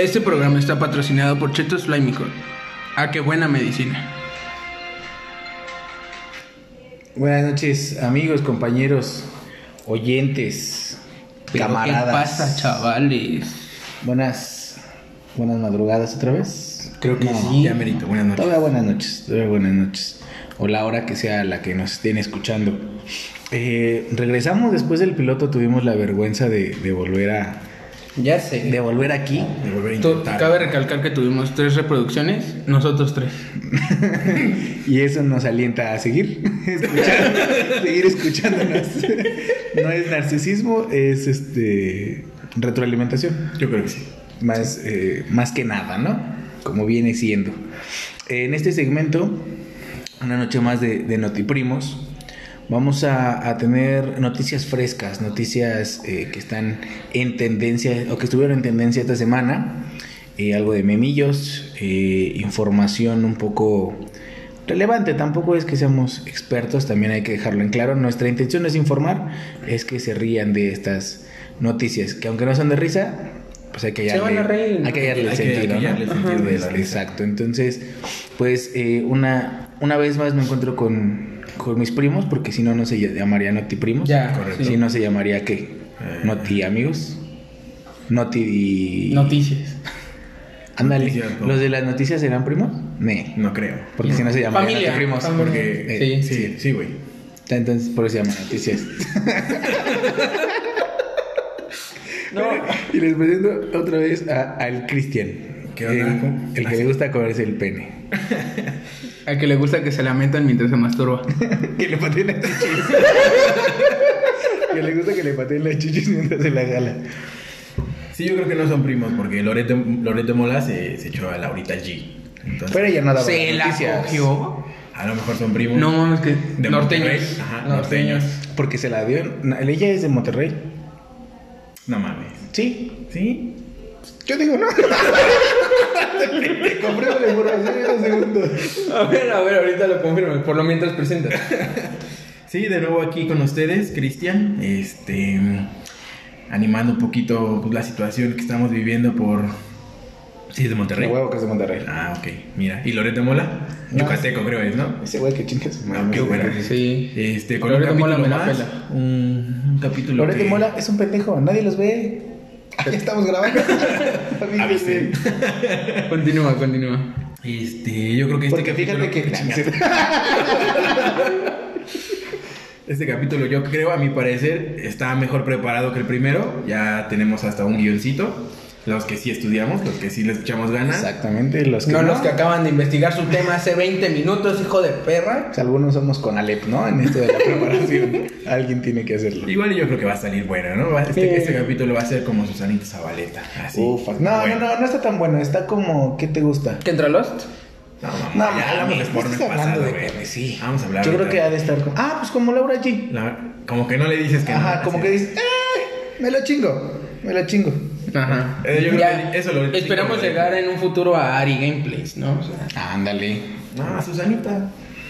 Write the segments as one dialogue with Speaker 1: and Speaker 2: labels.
Speaker 1: Este programa está patrocinado por Chetos Flamicol. Ah, qué buena medicina.
Speaker 2: Buenas noches, amigos, compañeros, oyentes,
Speaker 1: Pero,
Speaker 2: camaradas.
Speaker 1: ¿Qué pasa, chavales?
Speaker 2: Buenas, buenas madrugadas otra vez.
Speaker 1: Creo que
Speaker 2: No,
Speaker 1: sí. Ya merito, buenas noches.
Speaker 2: Todavía buenas noches, todavía buenas noches. O la hora que sea la que nos estén escuchando. Eh, regresamos después del piloto, tuvimos la vergüenza de, de volver a
Speaker 1: Ya sé.
Speaker 2: de volver aquí, de volver a
Speaker 1: Tu-
Speaker 2: intentar.
Speaker 1: Cabe recalcar que tuvimos tres reproducciones, nosotros tres.
Speaker 2: Y eso nos alienta a seguir escuchando, seguir escuchándonos. No es narcisismo, es este retroalimentación.
Speaker 3: Yo creo que sí.
Speaker 2: Más, eh, más que nada, ¿no? Como viene siendo. En este segmento, una noche más de, de Notiprimos, vamos a, a tener noticias frescas, noticias eh, que están en tendencia o que estuvieron en tendencia esta semana. eh, algo de memillos, eh, información un poco relevante. Tampoco es que seamos expertos, también hay que dejarlo en claro. Nuestra intención es informar, es que se rían de estas noticias, que aunque no son de risa, pues hay que
Speaker 1: Se van
Speaker 2: hallarle,
Speaker 1: a reír.
Speaker 2: hay que hallarle
Speaker 3: Hay que- hay que
Speaker 2: sentido, ¿no?
Speaker 3: hallarle sentido
Speaker 2: Ajá.
Speaker 3: de la risa.
Speaker 2: Exacto. Entonces, pues eh, una, una vez más me encuentro con, con mis primos, porque si no, no se llamaría Noti Primos.
Speaker 1: Ya,
Speaker 2: correcto.
Speaker 1: sí.
Speaker 2: Si no, se llamaría qué?
Speaker 3: Eh.
Speaker 2: Noti Amigos. Noti.
Speaker 1: Noticias.
Speaker 2: Ándale.
Speaker 3: Noticias, ¿no?
Speaker 2: ¿Los de las noticias serán primos? Ne.
Speaker 3: No creo.
Speaker 2: Porque si no se llamaría
Speaker 1: Familia,
Speaker 2: Noti Primos.
Speaker 1: familia.
Speaker 2: Porque,
Speaker 1: Sí.
Speaker 2: eh,
Speaker 3: Sí, sí, güey.
Speaker 2: Entonces, por eso se llaman noticias. Y les presento otra vez a- al Cristian.
Speaker 3: ¿Qué onda?
Speaker 2: El, el que le gusta comerse el pene.
Speaker 1: Al que le gusta que se lamentan mientras se masturba.
Speaker 2: Que le pateen las chichis. que le gusta que le pateen las chichis mientras se la gala.
Speaker 3: Sí, yo creo que no son primos porque Loreto, Loreto Mola se, se echó a Laurita G. Entonces,
Speaker 2: Pero ella no daba
Speaker 1: ¿Se
Speaker 2: las
Speaker 1: la
Speaker 2: noticias.
Speaker 1: cogió?
Speaker 3: a lo mejor son primos.
Speaker 1: No mames, que
Speaker 3: De
Speaker 1: norteños.
Speaker 3: Monterrey, ajá, norteños.
Speaker 2: Porque se la dio. no, Ella es de Monterrey.
Speaker 3: No mames.
Speaker 2: Sí.
Speaker 3: ¿Sí?
Speaker 2: Yo digo no. Te compré la información en un segundo.
Speaker 1: A ver, a ver, ahorita lo confirmo. Por lo mientras presentas.
Speaker 3: Sí, de nuevo aquí con ustedes, Cristian. Este. Animando un poquito pues, la situación que estamos viviendo por. Sí, es de
Speaker 2: Me
Speaker 3: Monterrey.
Speaker 2: huevo que es de Monterrey.
Speaker 3: Ah, ok. Mira. ¿Y Loreto Mola?
Speaker 2: No.
Speaker 3: Yucateco, creo es, ¿no?
Speaker 2: Ese güey que chinga su
Speaker 3: Ah,
Speaker 2: madre.
Speaker 3: qué bueno.
Speaker 1: Sí.
Speaker 3: Este, con
Speaker 1: Loreto
Speaker 3: un
Speaker 1: Mola me
Speaker 3: capítulo
Speaker 1: la
Speaker 3: más,
Speaker 1: pela.
Speaker 3: Un, un capítulo
Speaker 2: Loreto
Speaker 3: que-
Speaker 2: Mola es un pendejo. Nadie los ve. Aquí estamos grabando.
Speaker 3: Avisen.
Speaker 1: Continúa, continúa.
Speaker 3: Este, yo creo que este
Speaker 2: Porque fíjate que.
Speaker 3: Este capítulo yo creo, a mi parecer, está mejor preparado que el primero. Ya tenemos hasta un guioncito. Los que sí estudiamos, los que sí les echamos ganas.
Speaker 2: Exactamente. Los que
Speaker 4: No, los que acaban de investigar su tema hace 20 minutos, hijo de perra.
Speaker 2: Pues algunos somos con Alep, ¿no? En esto de la preparación. Alguien tiene que hacerlo.
Speaker 3: Igual yo creo que va a salir bueno, ¿no? Va- Este,
Speaker 2: Sí.
Speaker 3: este capítulo va a ser como Susanita Zabaleta. Así.
Speaker 2: Ufa. No,
Speaker 3: Bueno.
Speaker 2: no, no, no está tan bueno. Está como, ¿qué te gusta?
Speaker 4: ¿Que entra Lost?
Speaker 3: No, mamá,
Speaker 2: No,
Speaker 3: ya
Speaker 2: mami,
Speaker 3: hablamos de
Speaker 2: ¿qué
Speaker 3: porno
Speaker 2: estás
Speaker 3: en
Speaker 2: hablando
Speaker 3: pasado,
Speaker 2: de
Speaker 3: güey.
Speaker 2: porno? Sí.
Speaker 3: Vamos a hablar
Speaker 2: Yo creo que ha
Speaker 3: ahorita.
Speaker 2: de estar como, ah, pues como Laura G.
Speaker 3: La- Como que no le dices que no.
Speaker 2: Ajá, como
Speaker 3: Así.
Speaker 2: que dices, eh, me lo chingo, me lo chingo.
Speaker 1: Ajá.
Speaker 3: Eh, yo creo
Speaker 4: Ya.
Speaker 3: que eso lo
Speaker 1: Esperamos llegar en un futuro a Ari Gameplays, ¿no? O sea,
Speaker 2: Ándale.
Speaker 3: No, Susanita.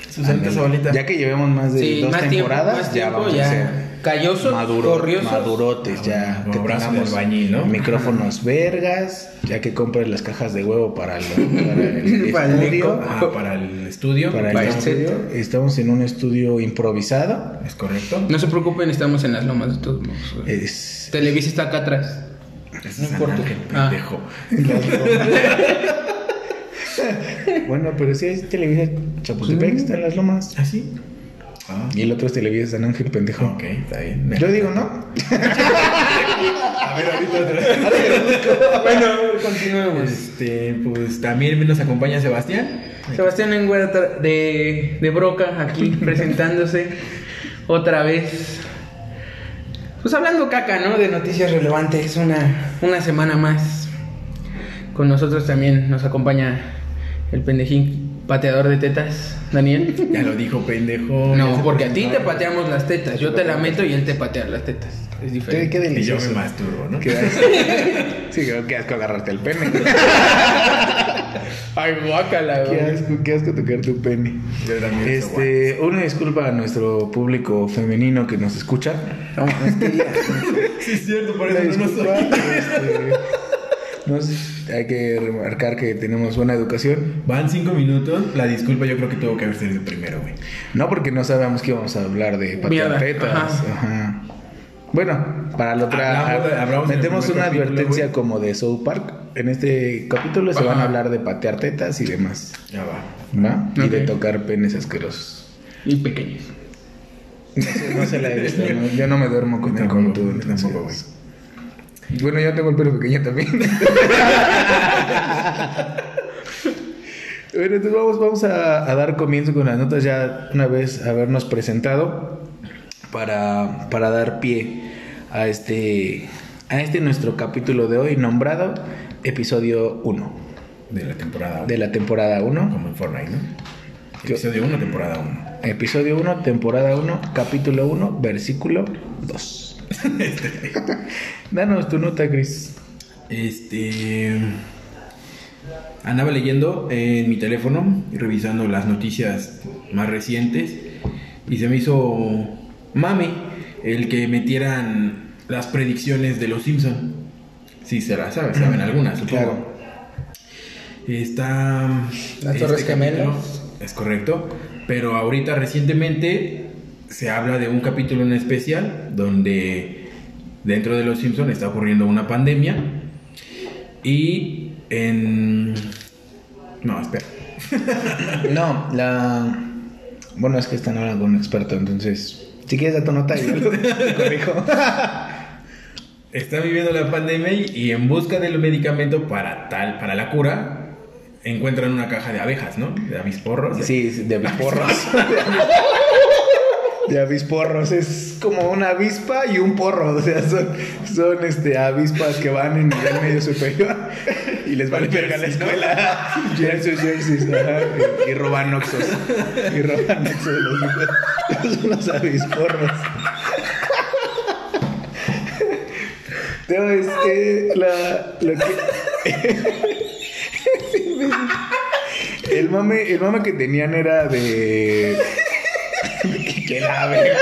Speaker 3: Susanita Zabaleta.
Speaker 2: Ya que llevemos más de
Speaker 1: Sí,
Speaker 2: dos
Speaker 1: más tiempo,
Speaker 2: temporadas,
Speaker 1: más
Speaker 2: ya
Speaker 1: tiempo,
Speaker 2: vamos
Speaker 1: ya.
Speaker 2: a ser
Speaker 4: Callosos,
Speaker 2: maduro-
Speaker 4: corriosos.
Speaker 2: madurotes,
Speaker 3: Ah,
Speaker 2: ya
Speaker 3: bueno,
Speaker 2: que
Speaker 3: como brazo de
Speaker 2: tengamos
Speaker 3: albañil, ¿no?
Speaker 2: micrófonos vergas, ya que compres las cajas de huevo para, lo- para el,
Speaker 1: Para el
Speaker 2: estudio,
Speaker 3: Ah, para el estudio.
Speaker 2: para el
Speaker 1: Para el
Speaker 2: estudio. Estamos en un estudio improvisado.
Speaker 3: Es correcto.
Speaker 1: no se preocupen, estamos en las lomas de todos modos. güey.
Speaker 2: Es
Speaker 1: Televisa está acá atrás.
Speaker 3: Es
Speaker 1: No importa.
Speaker 3: Ángel,
Speaker 1: Ah.
Speaker 3: pendejo.
Speaker 2: bueno, pero sí es Televisa Chapultepec, está en las lomas.
Speaker 3: ¿Ah, sí? Ah,
Speaker 2: Y el otro es Televisa San Ángel, pendejo.
Speaker 3: ok, está bien.
Speaker 2: Yo digo, ¿no?
Speaker 3: A ver, ahorita. Ah,
Speaker 1: bueno, continuemos.
Speaker 3: Este, pues también nos acompaña Sebastián.
Speaker 1: Sebastián Enguerta de, de Broca aquí presentándose otra vez. Pues hablando caca, ¿no? De noticias relevantes, una, una semana más. Con nosotros también nos acompaña el pendejín pateador de tetas, Daniel.
Speaker 3: Ya lo dijo, pendejo. Ya
Speaker 1: No,
Speaker 3: se
Speaker 1: porque a ti te
Speaker 3: presentó.
Speaker 1: pateamos las tetas. Yo te la meto y él te patea las tetas.
Speaker 2: Es diferente. Qué, qué
Speaker 3: Y yo me
Speaker 2: delicioso.
Speaker 3: masturbo, ¿no?
Speaker 2: Qué sí, creo que asco agarrarte el pene.
Speaker 5: Ay, guácala,
Speaker 2: Qué
Speaker 5: güey.
Speaker 2: asco, qué asco tocar tu pene.
Speaker 3: Yo también soy guapo.
Speaker 2: Este, una disculpa a nuestro público femenino que nos escucha.
Speaker 5: No, es que ya-
Speaker 3: Sí, es cierto, por
Speaker 2: Una
Speaker 3: eso no nos
Speaker 2: disculpa,
Speaker 3: oyen.
Speaker 2: este, nos- hay que remarcar que tenemos buena educación.
Speaker 3: Van cinco minutos. La disculpa yo creo que tuvo que haber sido primero, güey.
Speaker 2: No porque no sabíamos que íbamos a hablar de
Speaker 5: Mierda,
Speaker 2: patear tetas. Ajá. Bueno, para la otra.
Speaker 3: Hablamos de- hablamos en el
Speaker 2: metemos
Speaker 3: primer
Speaker 2: una
Speaker 3: capítulo,
Speaker 2: advertencia
Speaker 3: güey.
Speaker 2: como de South Park. En este capítulo se van
Speaker 5: Ajá.
Speaker 2: a hablar de patear tetas y demás.
Speaker 3: Ya va.
Speaker 2: ¿Va? Y de
Speaker 5: Ok.
Speaker 2: tocar penes asquerosos.
Speaker 5: Y pequeños.
Speaker 2: No sé, no sé la he visto, ¿no? Yo no me duermo con él
Speaker 3: Tampoco,
Speaker 2: como tú.
Speaker 3: tampoco,
Speaker 2: entonces-
Speaker 3: güey.
Speaker 2: Bueno, yo tengo el pelo pequeño también. bueno, entonces vamos, vamos a, a dar comienzo con las notas ya una vez habernos presentado para, para dar pie a este, a este nuestro capítulo de hoy nombrado episodio 1
Speaker 3: De la temporada 1.
Speaker 2: de la temporada 1.
Speaker 3: Como en Fortnite, ¿no?
Speaker 2: ¿Qué?
Speaker 3: Episodio 1, temporada 1.
Speaker 2: Episodio 1, temporada 1, capítulo 1, versículo 2. Danos tu nota, Chris.
Speaker 3: Este. Andaba leyendo en mi teléfono y revisando las noticias más recientes. Y se me hizo mame el que metieran las predicciones de los Simpson. Sí, se las saben, saben algunas, supongo.
Speaker 2: Claro.
Speaker 3: Está.
Speaker 1: Las Torres Gemelas.
Speaker 3: Este capítulo, Es correcto. Pero ahorita recientemente se habla de un capítulo en especial donde dentro de Los Simpson está ocurriendo una pandemia. Y en. No, espera.
Speaker 2: No, la. Bueno, es que están hablando con un experto, entonces. Si quieres, da tu nota y yo lo corrijo.
Speaker 3: Está viviendo la pandemia y, y en busca del medicamento para tal, para la cura, encuentran una caja de abejas, ¿no? De avisporros.
Speaker 2: Sí, Ah, sí, de avisporros. De avisporros. Es como una avispa y un porro. O sea, son, son este, avispas que van en nivel medio superior y les vale verga la escuela. Jerseys, jerseys. ajá, Y, y roban oxos. Y roban oxos de los hijos. Son los avisporros. No, es que eh, la, lo que... El mame, el mame que tenían era de. que, que la verga.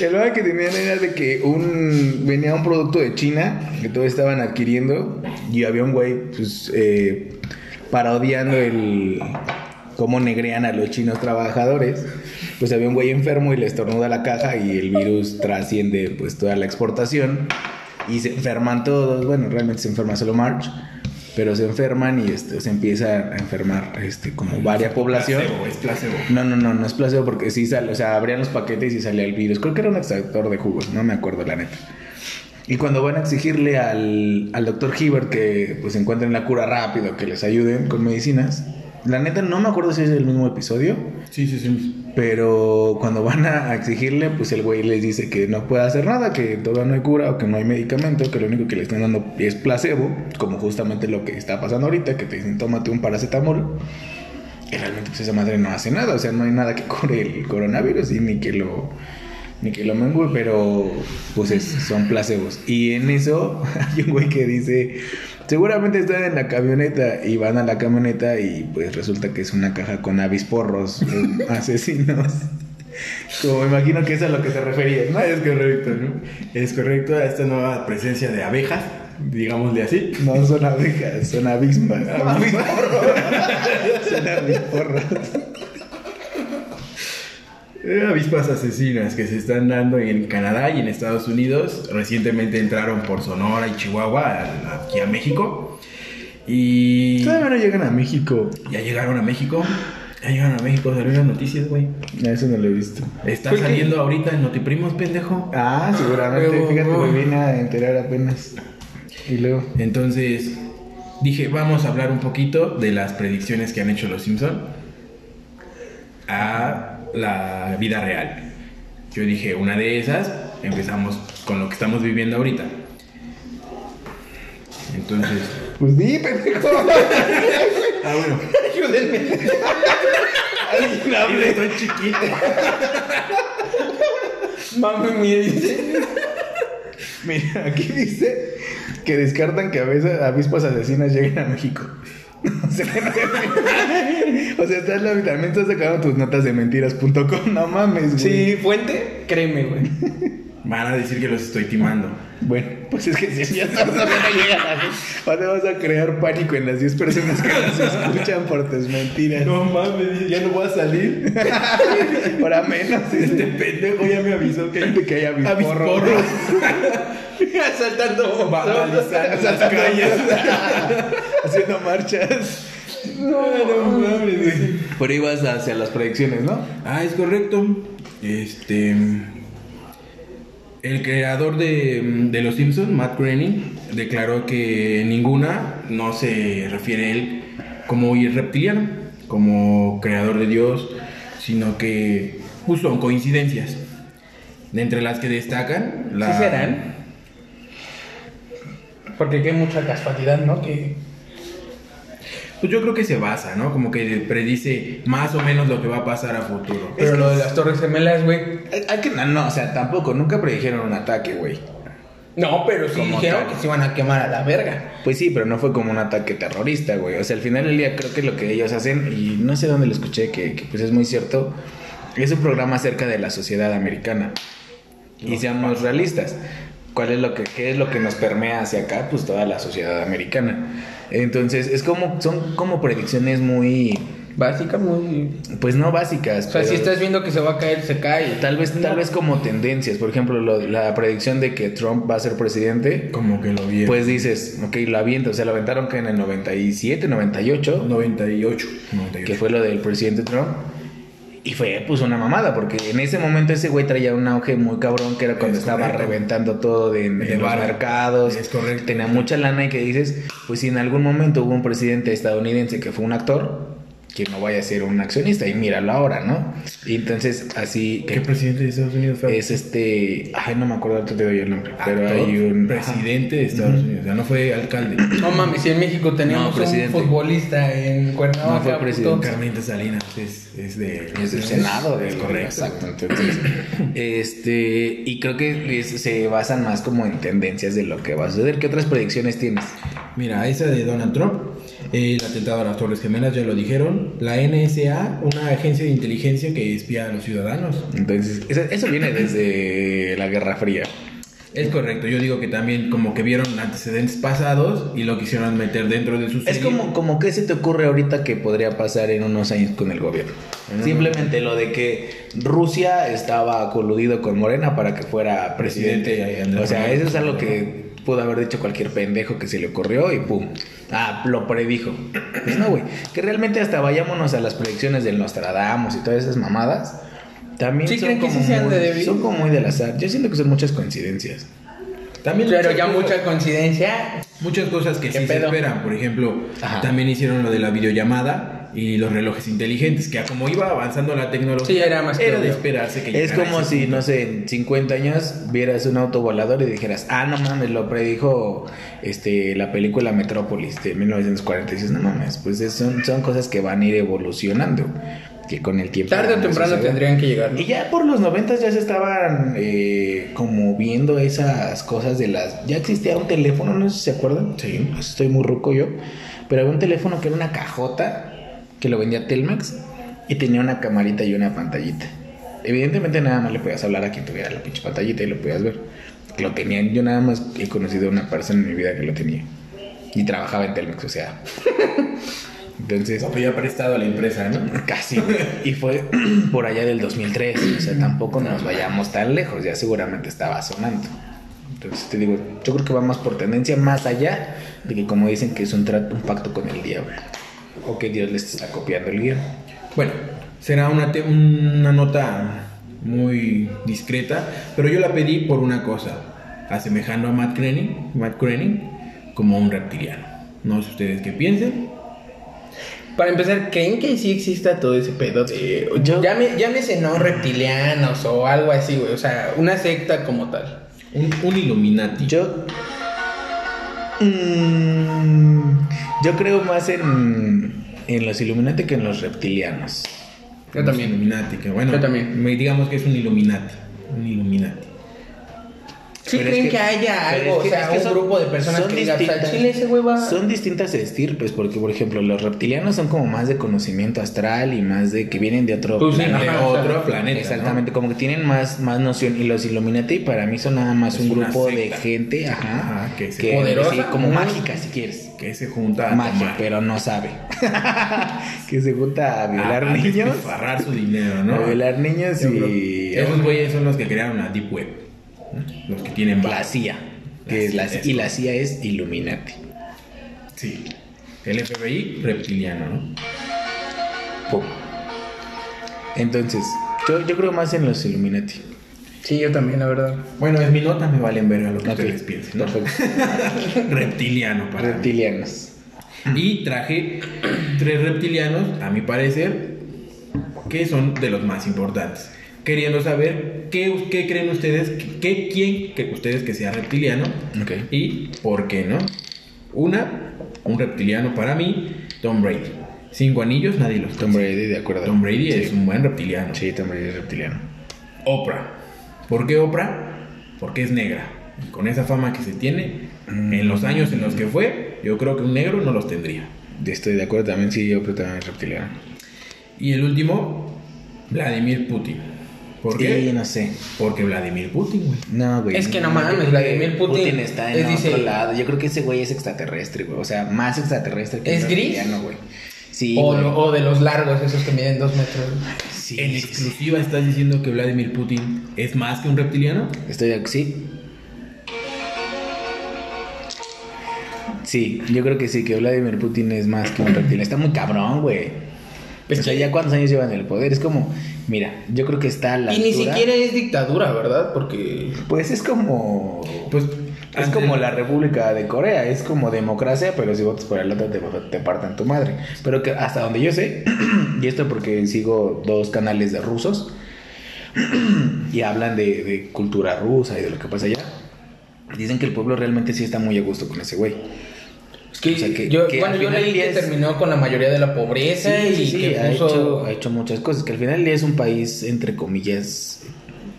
Speaker 2: El mame que tenían era de que un venía un producto de China que todos estaban adquiriendo y había un güey pues eh, parodiando el cómo negrean a los chinos trabajadores. Pues había un güey enfermo y le estornuda la caja y el virus trasciende pues toda la exportación y se enferman todos. Bueno, realmente se enferma solo March, pero se enferman y este, se empieza a enfermar este como varia población.
Speaker 3: Placebo, es placebo.
Speaker 2: No, no, no, no es placebo porque sí sale, o sea, abrían los paquetes y salía el virus. Creo que era un extractor de jugos, no me acuerdo la neta. Y cuando van a exigirle al, al doctor Hibbert que pues encuentren la cura rápido, que les ayuden con medicinas. La neta no me acuerdo si es el mismo episodio,
Speaker 3: Sí, sí, sí.
Speaker 2: pero cuando van a a exigirle, pues el güey les dice que no puede hacer nada, que todavía no hay cura o que no hay medicamento, que lo único que le están dando es placebo, como justamente lo que está pasando ahorita, que te dicen tómate un paracetamol. Y realmente pues esa madre no hace nada, o sea, no hay nada que cure el coronavirus y ni que lo ni que lo mengue, pero pues es- son placebos. Y en eso hay un güey que dice, seguramente están en la camioneta y van a la camioneta y pues resulta que es una caja con avisporros um, asesinos. Como me imagino que es a lo que te referías, ¿no?
Speaker 3: Ah, es correcto, ¿no? Es correcto a esta nueva presencia de abejas, digámosle así.
Speaker 2: No son abejas, son abismas. son avisporros.
Speaker 3: Eh, Avispas asesinas que se están dando en Canadá y en Estados Unidos. Recientemente entraron por Sonora y Chihuahua a- aquí a México. Y
Speaker 2: Todavía no llegan a México.
Speaker 3: ya llegaron a México. Ya llegaron a México, salieron las noticias, güey.
Speaker 2: No, Eso no lo he visto.
Speaker 3: Está
Speaker 5: Pues que-
Speaker 3: saliendo ahorita en Notiprimos, pendejo.
Speaker 2: Ah, seguramente.
Speaker 5: Huevo,
Speaker 2: Fíjate,
Speaker 5: huevo.
Speaker 2: me vine a enterar apenas. Y luego.
Speaker 3: Entonces dije, vamos a hablar un poquito de las predicciones que han hecho los Simpson a la vida real. Yo dije, una de esas, empezamos con lo que estamos viviendo ahorita. Entonces,
Speaker 2: Pues di, pendejo.
Speaker 3: ah, bueno,
Speaker 1: Ayúdenme.
Speaker 3: Dile, estoy chiquito.
Speaker 5: Mami, mire, dice.
Speaker 2: Mira, aquí dice que descartan que a veces avispas asesinas lleguen a México. O sea, que no- o sea, estás la- también estás sacando tus notas de mentiras.com, no mames, güey.
Speaker 5: Sí, fuente, créeme, güey.
Speaker 3: Van a decir que los estoy timando.
Speaker 2: Bueno, pues es que si ya estás sabiendo llegar a ahora vas a crear pánico en las 10 personas que nos escuchan por tus mentiras.
Speaker 3: mames, ya no voy a salir.
Speaker 2: Ahora menos.
Speaker 3: Este pendejo ya me avisó que
Speaker 2: Que hay avisporros.
Speaker 3: Avisporros.
Speaker 5: Asaltando.
Speaker 3: va a
Speaker 2: O sea,
Speaker 3: las calles.
Speaker 2: haciendo marchas.
Speaker 3: No, no mames, güey.
Speaker 2: Por ahí vas hacia las predicciones, ¿no?
Speaker 3: Ah, es correcto. Este. El creador de, de Los Simpsons, Matt Groening, declaró que ninguna no se refiere a él como reptiliano, como creador de Dios, sino que pues, son coincidencias. De entre las que destacan. La...
Speaker 5: ¿Sí serán?
Speaker 1: Porque hay mucha casualidad, ¿no? Que
Speaker 3: Pues yo creo que se basa, ¿no? Como que predice más o menos lo que va a pasar a futuro.
Speaker 1: Pero lo de las Torres Gemelas, güey.
Speaker 2: Hay que, no, no, o sea, tampoco, nunca predijeron un ataque, güey.
Speaker 1: No, pero sí
Speaker 2: Como
Speaker 1: dijeron
Speaker 2: tal.
Speaker 1: que se iban a quemar a la verga.
Speaker 2: Pues sí, pero no fue como un ataque terrorista, güey. O sea, al final del día creo que lo que ellos hacen, y no sé dónde lo escuché, que, que, pues es muy cierto, es un programa acerca de la sociedad americana. Y seamos realistas. ¿Cuál es lo que, qué es lo que nos permea hacia acá? Pues toda la sociedad americana. Entonces, es como, son como predicciones muy,
Speaker 1: Básica, muy.
Speaker 2: pues no básicas.
Speaker 1: O sea,
Speaker 2: pero-
Speaker 1: si estás viendo que se va a caer, se cae.
Speaker 2: Tal vez, tal vez como tendencias, por ejemplo, lo- la predicción de que Trump va a ser presidente,
Speaker 3: Como que lo vieron.
Speaker 2: pues dices, ok, lo avienta, o sea, lo aventaron que en el 97, 98,
Speaker 3: 98. 98.
Speaker 2: que fue lo del presidente Trump. Y fue pues una mamada, porque en ese momento ese güey traía un auge muy cabrón, que era cuando
Speaker 3: Es
Speaker 2: estaba
Speaker 3: correcto.
Speaker 2: reventando todo de, en-
Speaker 3: De
Speaker 2: en los
Speaker 3: varo.
Speaker 2: mercados.
Speaker 3: Es correcto.
Speaker 2: Tenía mucha lana y que dices, pues si en algún momento hubo un presidente estadounidense que fue un actor, que no vaya a ser un accionista, y míralo ahora, ¿no? Y entonces así...
Speaker 3: ¿Qué presidente de Estados Unidos fue?
Speaker 2: Es este. Ay, no me acuerdo, ahorita te doy el nombre. Pero
Speaker 3: actor,
Speaker 2: hay un.
Speaker 3: presidente de Estados Unidos, o sea, no fue alcalde.
Speaker 1: No mames, si en México
Speaker 2: No,
Speaker 1: teníamos un
Speaker 2: presidente.
Speaker 1: futbolista en Cuernavaca.
Speaker 2: No fue
Speaker 1: puto.
Speaker 2: presidente.
Speaker 3: Carmelita Salinas es, es de
Speaker 2: Ajá, Pues Es del Senado,
Speaker 3: es
Speaker 2: del
Speaker 3: correcto.
Speaker 2: Exacto. Entonces, este. Y creo que es- se basan más como en tendencias de lo que va a suceder. ¿Qué otras predicciones tienes?
Speaker 3: Mira, esa de Donald Trump, el atentado a las Torres Gemelas, ya lo dijeron. La NSA, una agencia de inteligencia que espía a los ciudadanos.
Speaker 2: Entonces, eso, eso viene desde la Guerra Fría.
Speaker 3: Es correcto, yo digo que también como que vieron antecedentes pasados y lo quisieron meter dentro de su
Speaker 2: Es
Speaker 3: serie.
Speaker 2: como, como que se te ocurre ahorita que podría pasar en unos años con el gobierno. Simplemente lo de que Rusia estaba coludido con Morena para que fuera presidente.
Speaker 3: Presidente, Andrés
Speaker 2: o sea,
Speaker 3: Manuel.
Speaker 2: eso es algo que pudo haber dicho cualquier pendejo que se le ocurrió y pum. Ah, lo predijo. Pues no, güey. Que realmente hasta vayámonos a las predicciones del Nostradamus y todas esas mamadas. También
Speaker 1: ¿Sí
Speaker 2: son,
Speaker 1: creen que
Speaker 2: como
Speaker 1: sí sean
Speaker 2: muy,
Speaker 1: de débil?
Speaker 2: son como muy del azar. Yo siento que son muchas coincidencias.
Speaker 3: También
Speaker 1: Pero
Speaker 3: muchas
Speaker 1: ya
Speaker 3: cosas-
Speaker 1: mucha coincidencia.
Speaker 3: Muchas cosas que
Speaker 1: ¿Qué
Speaker 3: sí se
Speaker 1: pedo?
Speaker 3: esperan, por ejemplo,
Speaker 2: Ajá.
Speaker 3: también hicieron lo de la videollamada y los relojes inteligentes, que a como iba avanzando la tecnología,
Speaker 1: Sí, era más que
Speaker 3: era de
Speaker 1: obvio.
Speaker 3: esperarse que
Speaker 2: Es
Speaker 3: llegara a
Speaker 2: como
Speaker 3: ese
Speaker 2: si,
Speaker 3: punto.
Speaker 2: no sé, en 50 años vieras un auto volador y dijeras, ah, no mames, lo predijo este, la película Metrópolis de 1940. Y dices, no mames, pues es- son, son cosas que van a ir evolucionando, que con el tiempo...
Speaker 1: Tarde o
Speaker 2: van a
Speaker 1: temprano
Speaker 2: suceder.
Speaker 1: tendrían que llegar. ¿no?
Speaker 2: Y ya por los 90 ya se estaban eh, como viendo esas cosas de las... Ya existía un teléfono, no sé si se acuerdan. Sí. Estoy muy ruco yo. Pero había un teléfono que era una cajota que lo vendía Telmex y tenía una camarita y una pantallita. Evidentemente nada más le podías hablar a quien tuviera la pinche pantallita y lo podías ver. Lo tenían, yo nada más he conocido a una persona en mi vida que lo tenía. Y trabajaba en Telmex, o sea. Entonces...
Speaker 3: Lo había prestado a la empresa, ¿no?
Speaker 2: Casi. güey. Y fue por allá del 2003. O sea, tampoco nos vayamos tan lejos. Ya seguramente estaba sonando. Entonces te digo, yo creo que va más por tendencia, más allá de que como dicen que es un trato, un pacto con el diablo. O que Dios les está copiando el guión.
Speaker 3: Bueno, será una, te- una nota muy discreta, pero yo la pedí por una cosa, asemejando a Matt Groening, Matt Groening como un reptiliano. No sé ustedes qué piensen.
Speaker 1: Para empezar, ¿creen que sí exista todo ese pedo de...
Speaker 2: Yo-
Speaker 1: Llame- llámese no reptilianos o algo así, güey. O sea, una secta como tal.
Speaker 3: Un, un Illuminati.
Speaker 2: Yo. Mm, yo creo más en, en los Illuminati que en los reptilianos.
Speaker 5: Yo también.
Speaker 3: Illuminati, que bueno.
Speaker 5: Yo también.
Speaker 3: me- Digamos que es un Illuminati. Un Illuminati.
Speaker 1: Sí
Speaker 2: Pero es
Speaker 1: creen que,
Speaker 2: que-
Speaker 1: haya
Speaker 2: pero
Speaker 1: algo,
Speaker 2: es que-
Speaker 1: o sea,
Speaker 2: es que
Speaker 1: un
Speaker 2: son-
Speaker 1: grupo de personas
Speaker 2: son
Speaker 1: que digan, o sea,
Speaker 2: distintas.
Speaker 1: Chile ese güey va...
Speaker 2: Son distintas estirpes, porque por ejemplo los reptilianos son como más de conocimiento astral y más de que vienen de otro
Speaker 5: Pues sí,
Speaker 2: planeta.
Speaker 3: De
Speaker 5: Ajá, o sea,
Speaker 3: otro planeta.
Speaker 2: Exactamente, como que tienen más, más noción. Y los Illuminati para mí son nada más
Speaker 3: Es
Speaker 2: un
Speaker 3: una
Speaker 2: grupo de
Speaker 3: secta.
Speaker 2: gente, ajá,
Speaker 3: Ajá, que se-
Speaker 1: Poderosa.
Speaker 2: sí, como
Speaker 1: Ujú.
Speaker 2: mágica si quieres.
Speaker 3: ¿no? Que se junta a
Speaker 2: Magia,
Speaker 3: tomar,
Speaker 2: pero no sabe. Ah, que se junta a
Speaker 3: a-
Speaker 2: violar
Speaker 3: a
Speaker 2: niños.
Speaker 3: despilfarrar su dinero, ¿no?
Speaker 2: A violar niños
Speaker 3: Yo creo-
Speaker 2: y.
Speaker 3: Esos güeyes son los que crearon la Deep Web. ¿no? Los que tienen
Speaker 2: La
Speaker 3: base.
Speaker 2: CIA.
Speaker 3: La
Speaker 2: Que es la,
Speaker 3: CIA,
Speaker 2: y la CIA es Illuminati.
Speaker 3: Sí. El FBI reptiliano, ¿no?
Speaker 2: Pum. Entonces, yo, yo creo más en los Illuminati.
Speaker 5: Sí, yo también, la verdad.
Speaker 3: Bueno, es mi nota, me valen ver a lo que
Speaker 2: Ok,
Speaker 3: ustedes piensen. ¿no?
Speaker 2: perfecto.
Speaker 3: reptiliano para mí.
Speaker 2: Reptilianos.
Speaker 3: Y traje tres reptilianos, a mi parecer, que son de los más importantes. Queriendo saber qué, qué creen ustedes, qué, quién que ustedes que sea reptiliano
Speaker 2: Ok.
Speaker 3: y por qué no. Una, un reptiliano para mí, Tom Brady. Cinco anillos, nadie los
Speaker 2: Tom
Speaker 3: consigue.
Speaker 2: Brady, de acuerdo.
Speaker 3: Tom Brady
Speaker 2: Sí.
Speaker 3: es un buen reptiliano.
Speaker 2: Sí, Tom Brady es reptiliano.
Speaker 3: Oprah. ¿Por qué Oprah? Porque es negra. Y con esa fama que se tiene,
Speaker 2: Mm.
Speaker 3: en los años en los que fue, yo creo que un negro no los tendría.
Speaker 2: Estoy de acuerdo también, sí, yo pero también es reptiliano.
Speaker 3: Y el último, Vladimir Putin. ¿Por
Speaker 2: Sí,
Speaker 3: qué?
Speaker 2: no sé.
Speaker 3: Porque Vladimir Putin, güey.
Speaker 2: No, güey.
Speaker 1: Es que no mames, Vladimir Putin
Speaker 2: está
Speaker 1: es
Speaker 2: en otro
Speaker 1: dice-
Speaker 2: lado. Yo creo que ese güey es extraterrestre, güey. O sea, más extraterrestre que
Speaker 1: ¿Es
Speaker 2: un
Speaker 1: gris?
Speaker 2: reptiliano, güey. Sí,
Speaker 1: o,
Speaker 2: güey.
Speaker 1: lo- o de los largos, esos que miden dos metros.
Speaker 2: Sí,
Speaker 3: en
Speaker 2: sí, sí.
Speaker 3: exclusiva estás diciendo que Vladimir Putin es más que un reptiliano.
Speaker 2: Estoy de sí. Sí, yo creo que sí, que Vladimir Putin es más que un reptil. Está muy cabrón, güey. Pues,
Speaker 1: Es
Speaker 2: o sea, ya cuántos años llevan en el poder. Es como, mira, yo creo que está a la
Speaker 1: Y ni
Speaker 2: altura-
Speaker 1: siquiera es dictadura, ¿verdad? Porque...
Speaker 2: Pues es como.
Speaker 3: Pues
Speaker 2: es como la República de Corea, es como democracia, pero si votas por el otro te, te partan tu madre. Pero que hasta donde yo sé, y esto porque sigo dos canales de rusos y hablan de, de cultura rusa y de lo que pasa allá, dicen que el pueblo realmente sí está muy a gusto con ese güey.
Speaker 1: Es que,
Speaker 2: O sea, que-
Speaker 1: yo,
Speaker 2: que
Speaker 1: bueno,
Speaker 2: al
Speaker 1: yo
Speaker 2: final
Speaker 1: leí que
Speaker 2: es-
Speaker 1: terminó con la mayoría de la pobreza
Speaker 2: Sí, sí,
Speaker 1: y
Speaker 2: sí,
Speaker 1: que
Speaker 2: ha,
Speaker 1: puso...
Speaker 2: hecho, ha hecho muchas cosas, que al final ya es un país, entre comillas,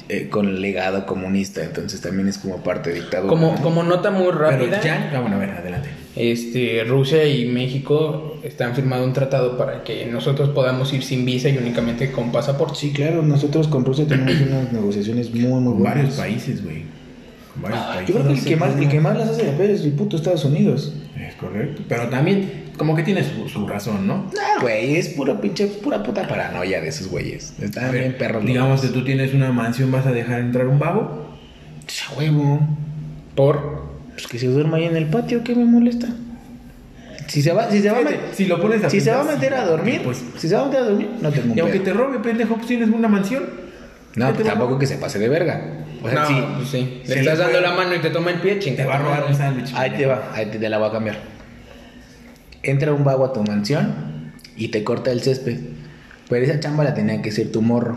Speaker 2: eh, con legado comunista, entonces también es como parte dictadura.
Speaker 1: como,
Speaker 2: ¿no?
Speaker 1: como nota muy
Speaker 3: Pero
Speaker 1: rápida,
Speaker 3: ya, ah, bueno, a ver, adelante.
Speaker 1: este, Rusia y México están firmando un tratado para que nosotros podamos ir sin visa y únicamente con pasaporte.
Speaker 2: Sí, claro, nosotros con Rusia tenemos unas negociaciones muy, muy
Speaker 3: Con
Speaker 2: buenas.
Speaker 3: varios países, güey. Con varios países.
Speaker 2: Ah, Yo creo que el que, más, el que más las hace de pedo es el puto Estados Unidos.
Speaker 3: Es correcto. Pero también, como que tiene su, su razón, ¿no?
Speaker 2: Nah, Ah, güey, es pura pinche, pura puta paranoia de esos güeyes.
Speaker 3: A
Speaker 2: Están
Speaker 3: ver,
Speaker 2: Ah, bien perros. los-
Speaker 3: digamos que tú tienes una mansión, ¿vas a dejar entrar un vago?
Speaker 2: Ch, huevo.
Speaker 1: Por...
Speaker 2: Pues que se duerma ahí en el patio, ¿qué me molesta? Si se va, si se va, a met-
Speaker 3: Fíjate, si lo pones a
Speaker 2: si se va
Speaker 3: pensar,
Speaker 2: a meter a
Speaker 3: sí,
Speaker 2: dormir,
Speaker 3: Pues,
Speaker 2: si se va a meter a dormir, no tengo un
Speaker 3: y aunque
Speaker 2: pedo.
Speaker 3: te robe, pendejo, pues tienes una mansión.
Speaker 2: No,
Speaker 3: ¿Qué te va-
Speaker 2: tampoco que se pase de verga. O sea,
Speaker 1: no,
Speaker 2: sí.
Speaker 1: pues sí.
Speaker 3: Sí,
Speaker 1: Le estás dando
Speaker 3: le puede-
Speaker 1: la mano y te toma el pie,
Speaker 3: Te
Speaker 1: chinga.
Speaker 3: va a robar un sándwich.
Speaker 2: Ahí te va, ahí te, te la voy a cambiar. Entra un vago a tu mansión y te corta el césped. Pero esa chamba la tenía que hacer tu morro.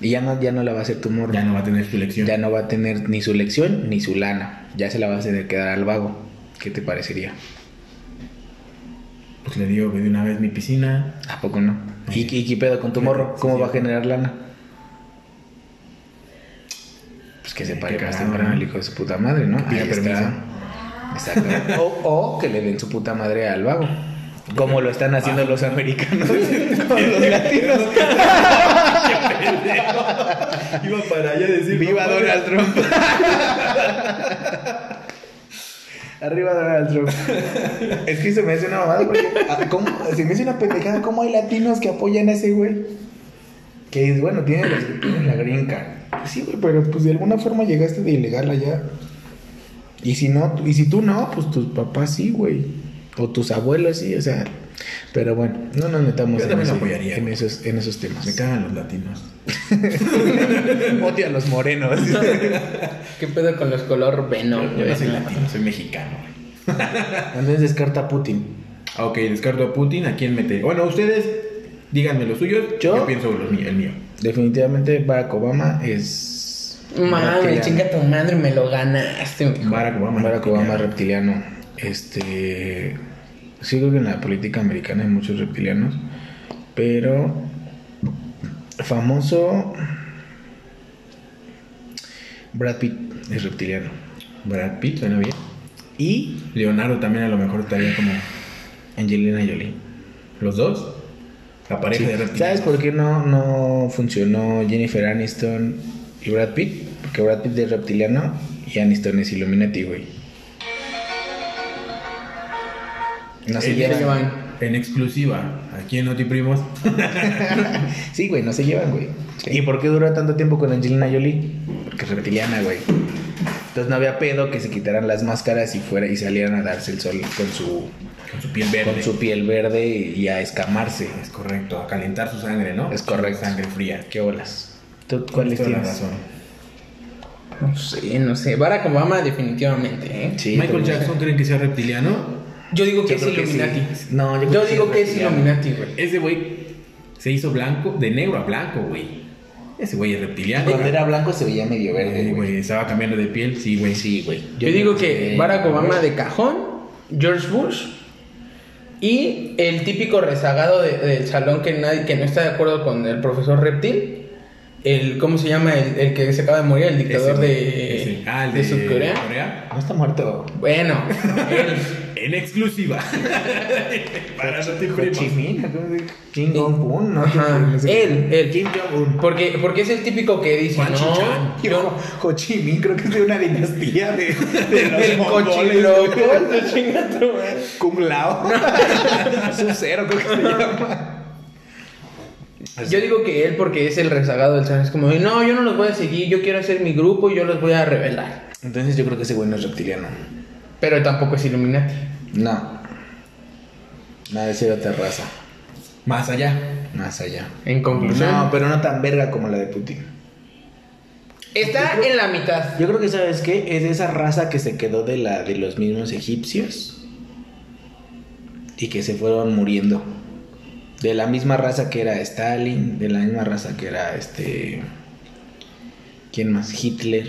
Speaker 2: Y ya no, ya no la va a hacer tu morro.
Speaker 3: Ya no va a tener tu lección.
Speaker 2: Ya no va a tener ni su lección ni su lana. Ya se la vas a tener que dar al vago. ¿Qué te parecería?
Speaker 3: Pues le digo que de una vez mi piscina.
Speaker 2: ¿A poco no? ¿Y,
Speaker 3: Sí.
Speaker 2: y qué pedo con tu morro?
Speaker 3: Sí,
Speaker 2: ¿Cómo
Speaker 3: sí.
Speaker 2: va a generar lana? Pues que se
Speaker 3: Qué
Speaker 2: pare más
Speaker 3: cagado,
Speaker 2: temprano
Speaker 3: ¿no?
Speaker 2: el hijo de su puta madre, ¿no?
Speaker 3: Que pida
Speaker 2: Ahí está.
Speaker 3: permiso.
Speaker 2: Exacto. O, o que le den su puta madre al vago. Como lo están haciendo los americanos. los latinos.
Speaker 3: Iba para allá a decir.
Speaker 2: Viva Donald Trump. Arriba Donald Trump. Es que se me hace una mamada porque ah, ¿cómo? se me hace una pendejada cómo hay latinos que apoyan a ese güey. Que es bueno, tienen, los- tienen la green card. Sí, güey, pero pues de alguna forma llegaste de ilegal allá. Y si no, y si tú no, pues tus papás sí, güey. O tus abuelos sí, o sea. Pero bueno, no nos metamos
Speaker 3: Yo también
Speaker 2: ese-
Speaker 3: apoyaría,
Speaker 2: en
Speaker 3: güey.
Speaker 2: esos, en esos temas.
Speaker 3: Me cagan los latinos.
Speaker 2: Odio a los morenos.
Speaker 1: ¿Qué pedo con los color
Speaker 3: Yo
Speaker 1: Venom, güey?
Speaker 3: no soy latino, soy mexicano, güey.
Speaker 2: Entonces descarta a Putin.
Speaker 3: Ah, Ok, descarto a Putin. ¿A quién meter? Bueno, ustedes díganme los suyos.
Speaker 2: ¿Yo?
Speaker 3: pienso los míos, el mío.
Speaker 2: Definitivamente Barack Obama es.
Speaker 1: Mami,
Speaker 2: reptiliano.
Speaker 1: chinga tu madre, me lo ganaste, mijo.
Speaker 3: Barack Obama.
Speaker 2: Barack Obama es reptiliano. Este. Sí, creo que en la política americana hay muchos reptilianos. Pero. Famoso. Brad Pitt es reptiliano.
Speaker 3: Brad Pitt, suena bien.
Speaker 2: Y
Speaker 3: Leonardo también a lo mejor estaría como
Speaker 2: Angelina Jolie.
Speaker 3: los dos. La pareja
Speaker 2: Sí.
Speaker 3: de reptilianos.
Speaker 2: ¿Sabes por qué no, no funcionó Jennifer Aniston y Brad Pitt? Porque Brad Pitt es reptiliano y Aniston es Illuminati, güey. No se
Speaker 3: Eh,
Speaker 2: llevan.
Speaker 1: se llevan.
Speaker 3: En exclusiva, aquí en Noti Primos.
Speaker 2: Sí, güey, no se llevan, güey. ¿Y por qué duró tanto tiempo con Angelina Jolie? Porque es reptiliana, güey. Entonces no había pedo que se quitaran las máscaras y fuera y salieran a darse el sol con su
Speaker 3: Con su piel verde.
Speaker 2: con su piel verde y a escamarse.
Speaker 3: Es correcto, a calentar su sangre, ¿no?
Speaker 2: Es correcto.
Speaker 3: Sangre fría.
Speaker 2: ¿Qué olas? ¿Tú cuáles
Speaker 3: Toda la
Speaker 2: tienes?
Speaker 3: razón.
Speaker 1: No sé, no sé. Barack Obama definitivamente, ¿eh?
Speaker 2: Sí,
Speaker 3: Michael
Speaker 2: pero-
Speaker 3: Jackson creen que sea reptiliano.
Speaker 1: Yo digo que
Speaker 2: Yo
Speaker 1: es
Speaker 2: creo que sí.
Speaker 1: Illuminati.
Speaker 2: No, yo
Speaker 1: yo,
Speaker 2: creo que sí
Speaker 1: digo
Speaker 2: es
Speaker 1: que es
Speaker 2: reptiliano.
Speaker 1: Illuminati, güey.
Speaker 3: Ese güey se hizo blanco, de negro a blanco, güey. Ese güey es reptiliano.
Speaker 2: Cuando era blanco se veía medio
Speaker 3: Eh,
Speaker 2: verde, güey.
Speaker 3: güey, estaba cambiando de piel, sí, güey.
Speaker 2: Sí, güey.
Speaker 1: Yo, digo que
Speaker 2: eh,
Speaker 1: Barack Obama de cajón, George Bush y el típico rezagado de- del salón que nadie que no está de acuerdo con el profesor Reptil, el cómo se llama el, el que se acaba de morir, el
Speaker 3: Ese
Speaker 1: dictador
Speaker 3: güey,
Speaker 1: de,
Speaker 3: ese. Ah, el
Speaker 1: de Sudcorea.
Speaker 2: No está muerto.
Speaker 1: Bueno, él.
Speaker 3: En exclusiva. Para Noti
Speaker 2: Ho
Speaker 3: Primos.
Speaker 2: Chi Minh, ¿cómo se dice? Kim Jong-un, ¿no?
Speaker 1: Eh, Ajá.
Speaker 2: No sé.
Speaker 1: Él, él.
Speaker 2: Kim Jong-un.
Speaker 1: porque porque es el típico que dice,
Speaker 3: Juan
Speaker 1: "No,
Speaker 3: Chichán.
Speaker 1: yo
Speaker 2: Ho- Ho Chi Minh, creo que es de una dinastía de, de los
Speaker 1: el
Speaker 2: mongoles,
Speaker 1: cochiloco,
Speaker 2: güey.
Speaker 1: chinga tu madre.
Speaker 2: Kung Lao. Sub-Zero, creo que se llama.
Speaker 1: Yo digo que él porque es el rezagado del salón, es como, "No, yo no los voy a seguir, yo quiero hacer mi grupo y yo los voy a revelar."
Speaker 2: Entonces yo creo que ese güey no es reptiliano.
Speaker 1: Pero tampoco es Illuminati.
Speaker 2: No. Nada de ser otra raza.
Speaker 3: Más allá.
Speaker 2: Más allá.
Speaker 1: En conclusión,
Speaker 2: No, pero no tan verga como la de Putin.
Speaker 1: está en la mitad.
Speaker 2: Yo creo que sabes qué, es de esa raza que se quedó de la de los mismos egipcios y que se fueron muriendo. De la misma raza que era Stalin, de la misma raza que era este ¿quién más? Hitler.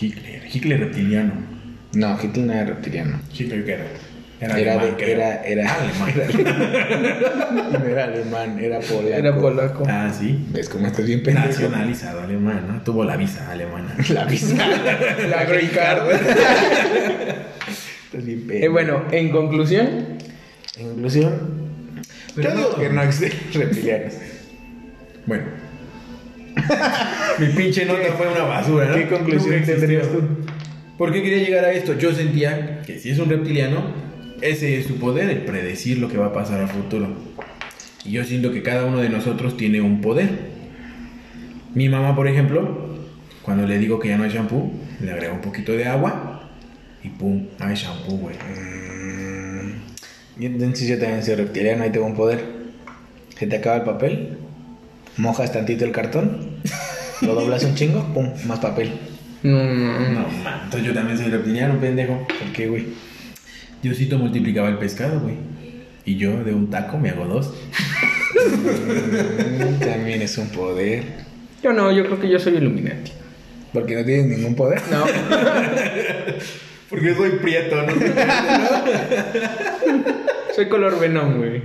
Speaker 3: Hitler. Hitler reptiliano.
Speaker 2: No, Hitler no era reptiliano.
Speaker 3: Hitler que era.
Speaker 2: Era
Speaker 3: Era, alemán,
Speaker 2: de-
Speaker 3: creo.
Speaker 2: era- era-
Speaker 3: alemán.
Speaker 2: No era alemán, era polaco.
Speaker 1: Era polaco.
Speaker 3: Ah, sí.
Speaker 2: ¿Ves cómo estás bien pendejo?
Speaker 3: Nacionalizado alemán, ¿no? Tuvo la visa alemana.
Speaker 2: La visa.
Speaker 1: La green card.
Speaker 2: Estás bien
Speaker 1: Eh,
Speaker 2: pendejo.
Speaker 1: bueno, en conclusión,
Speaker 2: En conclusión,
Speaker 3: Pero
Speaker 2: yo
Speaker 3: no
Speaker 2: digo
Speaker 3: todos.
Speaker 2: que no existen reptilianos.
Speaker 3: Bueno. Mi pinche nota fue una basura, ¿no?
Speaker 2: ¿Qué conclusión
Speaker 3: Nunca existió.
Speaker 2: tendrías tú?
Speaker 3: ¿Por qué quería llegar a esto? Yo sentía que si es un reptiliano, ese es su poder, el predecir lo que va a pasar al futuro. Y yo siento que cada uno de nosotros tiene un poder. Mi mamá, por ejemplo, cuando le digo que ya no hay shampoo, le agrego un poquito de agua y pum, hay shampoo, güey.
Speaker 2: Mm, y entonces yo también soy reptiliano, ahí tengo un poder. Se te acaba el papel, mojas tantito el cartón, lo doblas un chingo, pum, más papel.
Speaker 1: no, no, no.
Speaker 3: No, man, entonces yo también soy reptiliano, pendejo.
Speaker 2: ¿Por qué, güey?
Speaker 3: Diosito multiplicaba el pescado, güey. Y yo de un taco me hago dos.
Speaker 2: Mm, También es un poder.
Speaker 1: yo no, yo creo que yo soy Illuminati.
Speaker 2: Porque no tienes ningún poder.
Speaker 1: No,
Speaker 3: Porque soy prieto, ¿no?
Speaker 1: soy color Venom, güey.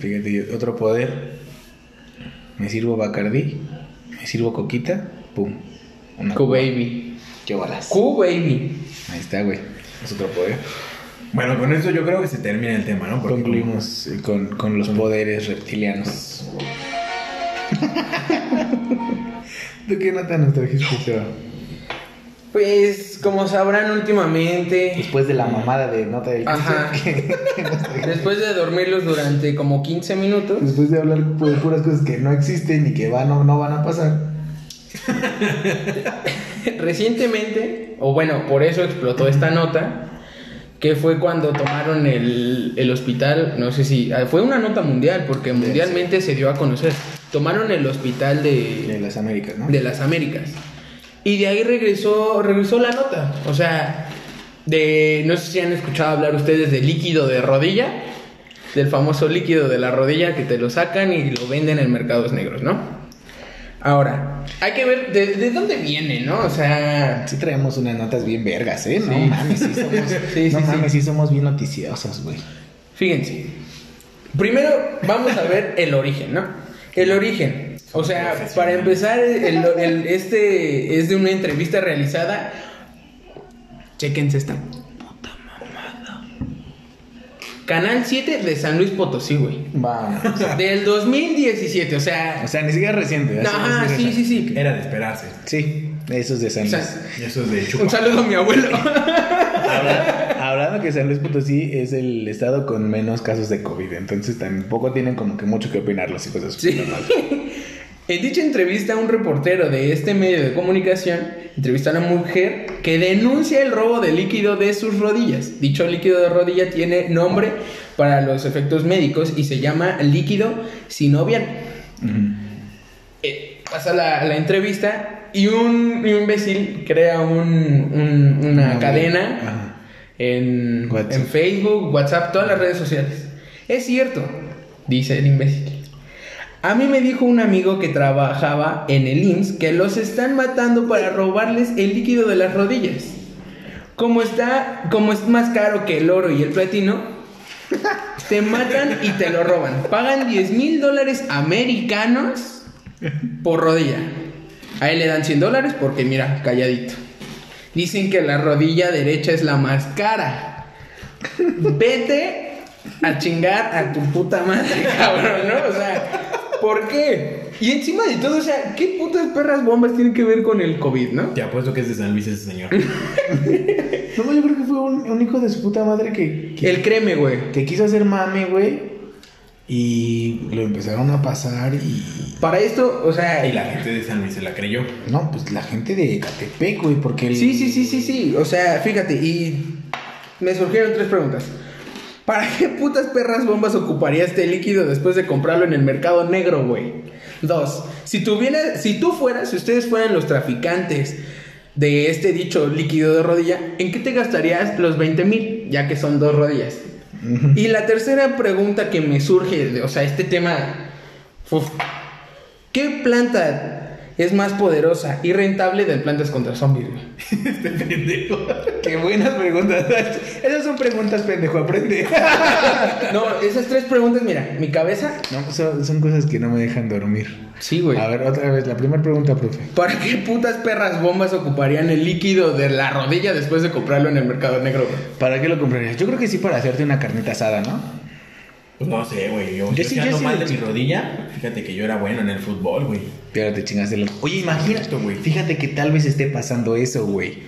Speaker 2: Fíjate, yo- otro poder. Me sirvo Bacardí, me sirvo Coquita, pum. Una
Speaker 1: Q-Baby.
Speaker 2: cuba. Qué balas.
Speaker 1: Q-Baby.
Speaker 2: Ahí está, güey. Es otro poder.
Speaker 3: bueno, con eso yo creo que se termina el tema, ¿no? Porque
Speaker 2: Concluimos eh, con, con los poderes reptilianos. ¿De qué nota nos trajiste, Seba?
Speaker 1: Pues, como sabrán últimamente,
Speaker 2: Después de la mamada de nota del
Speaker 1: Ajá. después de dormirlos durante como 15 minutos,
Speaker 2: Después de hablar de puras cosas que no existen y que van o no van a pasar.
Speaker 1: recientemente, o bueno, por eso explotó esta nota, que fue cuando tomaron el, el hospital, no sé si, ah, fue una nota mundial, porque mundialmente se dio a conocer, tomaron el hospital
Speaker 2: De
Speaker 1: de,
Speaker 2: las Américas, ¿no?
Speaker 1: de las Américas. Y de ahí regresó, regresó la nota, o sea, de, no sé si han escuchado hablar ustedes del líquido de rodilla, del famoso líquido de la rodilla que te lo sacan y lo venden en mercados negros, ¿no? Ahora, hay que ver de, de dónde viene, ¿no? O sea,
Speaker 2: Sí traemos unas notas bien vergas, ¿eh? No
Speaker 1: Sí.
Speaker 2: mames, sí somos,
Speaker 1: Sí,
Speaker 2: no
Speaker 1: sí,
Speaker 2: mames, sí somos bien noticiosos, güey.
Speaker 1: Fíjense. Primero vamos a ver el origen, ¿no? El origen. O sea, para empezar, el- el- este es de una entrevista realizada. Chequense esta puta mamada. Canal 7 de San Luis Potosí, güey.
Speaker 2: Vamos.
Speaker 1: Del 2017, o sea.
Speaker 2: O sea, ni siquiera reciente. así-
Speaker 1: Ajá,
Speaker 2: así
Speaker 1: sí,
Speaker 2: reciente.
Speaker 1: sí, sí.
Speaker 3: Era de esperarse.
Speaker 2: Sí, eso es de San
Speaker 1: O
Speaker 2: Luis.
Speaker 1: sea,
Speaker 3: Y eso es de
Speaker 1: un
Speaker 3: chupa.
Speaker 1: saludo a mi abuelo.
Speaker 2: Habla- hablando que San Luis Potosí es el estado con menos casos de COVID, entonces tampoco tienen como que mucho que opinar los hijos de su
Speaker 1: Sí.
Speaker 2: puta madre.
Speaker 1: En dicha entrevista, un reportero de este medio de comunicación entrevista a una mujer que denuncia el robo de líquido de sus rodillas. Dicho líquido de rodilla tiene nombre para los efectos médicos y se llama líquido sinovial. Eh, pasa la, la entrevista y un, y un imbécil crea un- un- una
Speaker 2: Ajá.
Speaker 1: cadena
Speaker 2: Ajá.
Speaker 1: en,
Speaker 2: WhatsApp.
Speaker 1: en Facebook, WhatsApp, todas las redes sociales. Es cierto, dice el imbécil. A mí me dijo un amigo que trabajaba en el IMSS que los están matando para robarles el líquido de las rodillas. Como está, como es más caro que el oro y el platino, te matan y te lo roban. Pagan 10 mil dólares americanos por rodilla. A él le dan 100 dólares porque mira, calladito. Dicen que la rodilla derecha es la más cara. Vete a chingar a tu puta madre, cabrón, ¿no? O sea, ¿por qué? Y encima de todo, o sea, ¿qué putas perras bombas tienen que ver con el COVID, no?
Speaker 3: Te apuesto que es de San Luis ese señor.
Speaker 2: No, yo creo que fue un, un hijo de su puta madre que, que,
Speaker 1: El créeme, güey.
Speaker 2: que quiso hacer mame, güey, y lo empezaron a pasar y...
Speaker 1: Para esto, o sea,
Speaker 3: Y la gente de San Luis se la creyó.
Speaker 2: No, pues la gente de Catepec, güey, porque... el-
Speaker 1: Sí, sí, sí, sí, sí. O sea, fíjate, y me surgieron tres preguntas. ¿Para qué putas perras bombas ocuparía este líquido después de comprarlo en el mercado negro, güey? Dos, si tú, si tú fueras, si ustedes fueran los traficantes de este dicho líquido de rodilla, ¿en qué te gastarías los 20 mil? Ya que son dos rodillas. Y la tercera pregunta que me surge, de- o sea, este tema... uf, ¿Qué planta es más poderosa y rentable del Plantas contra Zombies, güey?
Speaker 3: Este pendejo.
Speaker 2: Qué buenas preguntas. Esas son preguntas, pendejo, aprende.
Speaker 1: No, esas tres preguntas, mira, mi cabeza.
Speaker 2: No, son, son cosas que no me dejan dormir.
Speaker 1: Sí, güey.
Speaker 2: A ver, otra vez, la primera pregunta, profe.
Speaker 1: ¿Para qué putas perras bombas ocuparían el líquido de la rodilla después de comprarlo en el mercado negro, güey?
Speaker 2: ¿Para qué lo comprarías? Yo creo que sí para hacerte una carnita asada, ¿no?
Speaker 3: Pues no sé, güey. Yo,
Speaker 2: Yo
Speaker 3: yo
Speaker 2: sí,
Speaker 3: que
Speaker 2: yo
Speaker 3: ando
Speaker 2: sí
Speaker 3: mal
Speaker 2: le-
Speaker 3: de mi rodilla. Fíjate que yo era bueno en el fútbol, güey.
Speaker 2: Y ahora te chingaste el... Oye, imagínate,
Speaker 3: Exacto,
Speaker 2: güey.
Speaker 3: güey.
Speaker 2: Fíjate que tal vez esté pasando eso, güey.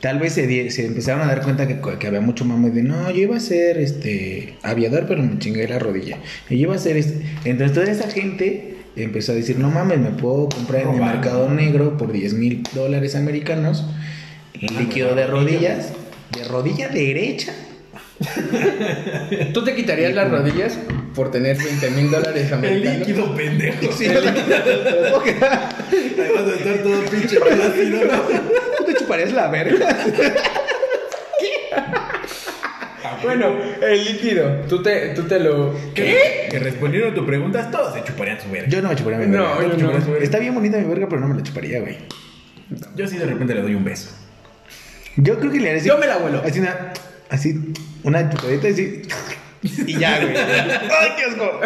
Speaker 2: Tal vez se, di- se empezaron a dar cuenta que, que había mucho mame de, no, yo iba a ser este aviador, pero me chingué la rodilla. Y yo iba a ser este. Entonces toda esa gente empezó a decir, no mames, me puedo comprar en el
Speaker 3: Robar.
Speaker 2: mercado negro por 10 mil dólares americanos líquido de rodillas, de rodilla derecha.
Speaker 1: ¿Tú te quitarías las rodillas por tener 20 mil dólares
Speaker 3: El
Speaker 1: americanos?
Speaker 3: líquido pendejo.
Speaker 2: Sí, o sea, ¿cómo que?
Speaker 3: Ahí vas a estar todo pinche plácido, ¿no?
Speaker 2: ¿Tú te chuparías la verga?
Speaker 1: Bueno, el líquido. Tú te, tú te lo.
Speaker 3: ¿Qué? Que respondieron a tu pregunta, todos se chuparían su verga.
Speaker 2: Yo no me chuparía mi verga.
Speaker 1: No, yo
Speaker 2: Tú te chuparías-
Speaker 1: no.
Speaker 2: Está bien bonita mi verga, pero no me la chuparía, güey.
Speaker 3: Yo, sí de repente le doy un beso.
Speaker 2: Yo creo que le haría así.
Speaker 1: Yo me la vuelo.
Speaker 2: Así una. Así. Una chupadita y así. Y ya, güey. ¡Ay, qué asco!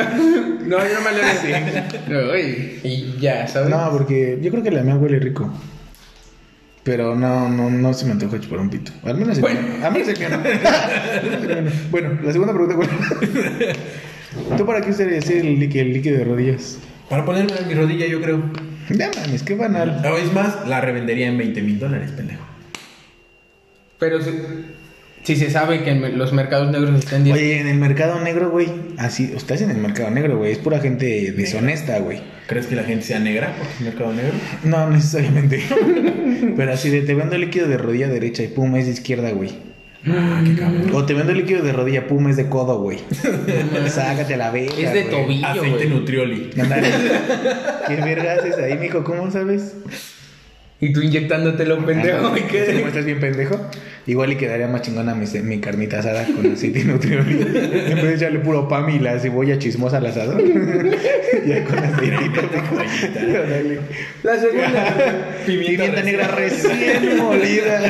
Speaker 1: No, yo no me lo decía. y ya, ¿sabes?
Speaker 2: No, porque yo creo que la mía huele rico. Pero no, no, no se me antoja chupar un pito. Al menos el
Speaker 1: Bueno.
Speaker 2: mío. Al menos el mío no. bueno, la segunda pregunta, ¿cuál? ¿Tú para qué usarías el, líqui- el líquido de rodillas?
Speaker 3: Para ponerme en mi rodilla, yo creo.
Speaker 2: Ya mames, qué banal.
Speaker 3: O es más, la revendería en 20 mil dólares, pendejo.
Speaker 1: Pero si, si se sabe que en me- los mercados negros están diez-
Speaker 2: Oye, en el mercado negro, güey. Así, estás en el mercado negro, güey. Es pura gente deshonesta, güey.
Speaker 3: ¿Crees que la gente sea negra por el mercado negro?
Speaker 2: No, necesariamente. Pero así de te vendo líquido de rodilla derecha y pum, es de izquierda, güey.
Speaker 3: Ah, qué cabrón.
Speaker 2: O te vendo líquido de rodilla, pum, es de codo, güey. Sácate la verga.
Speaker 1: Es de
Speaker 2: güey.
Speaker 1: tobillo,
Speaker 3: Aceite
Speaker 1: güey.
Speaker 3: nutrioli.
Speaker 2: Ándale. ¿Qué verga haces ahí, mijo? ¿Cómo sabes?
Speaker 1: Y tú inyectándotelo, pendejo.
Speaker 2: Ándale.
Speaker 1: ¿y qué?
Speaker 2: ¿Cómo estás bien pendejo? Igual y quedaría más chingona mi, ce- mi carnita asada con aceite y nutrioli. En vez de echarle puro pam y la cebolla chismosa al asado. ya con aceitito. Ándale.
Speaker 1: La segunda.
Speaker 2: Pimienta, negra recién molida.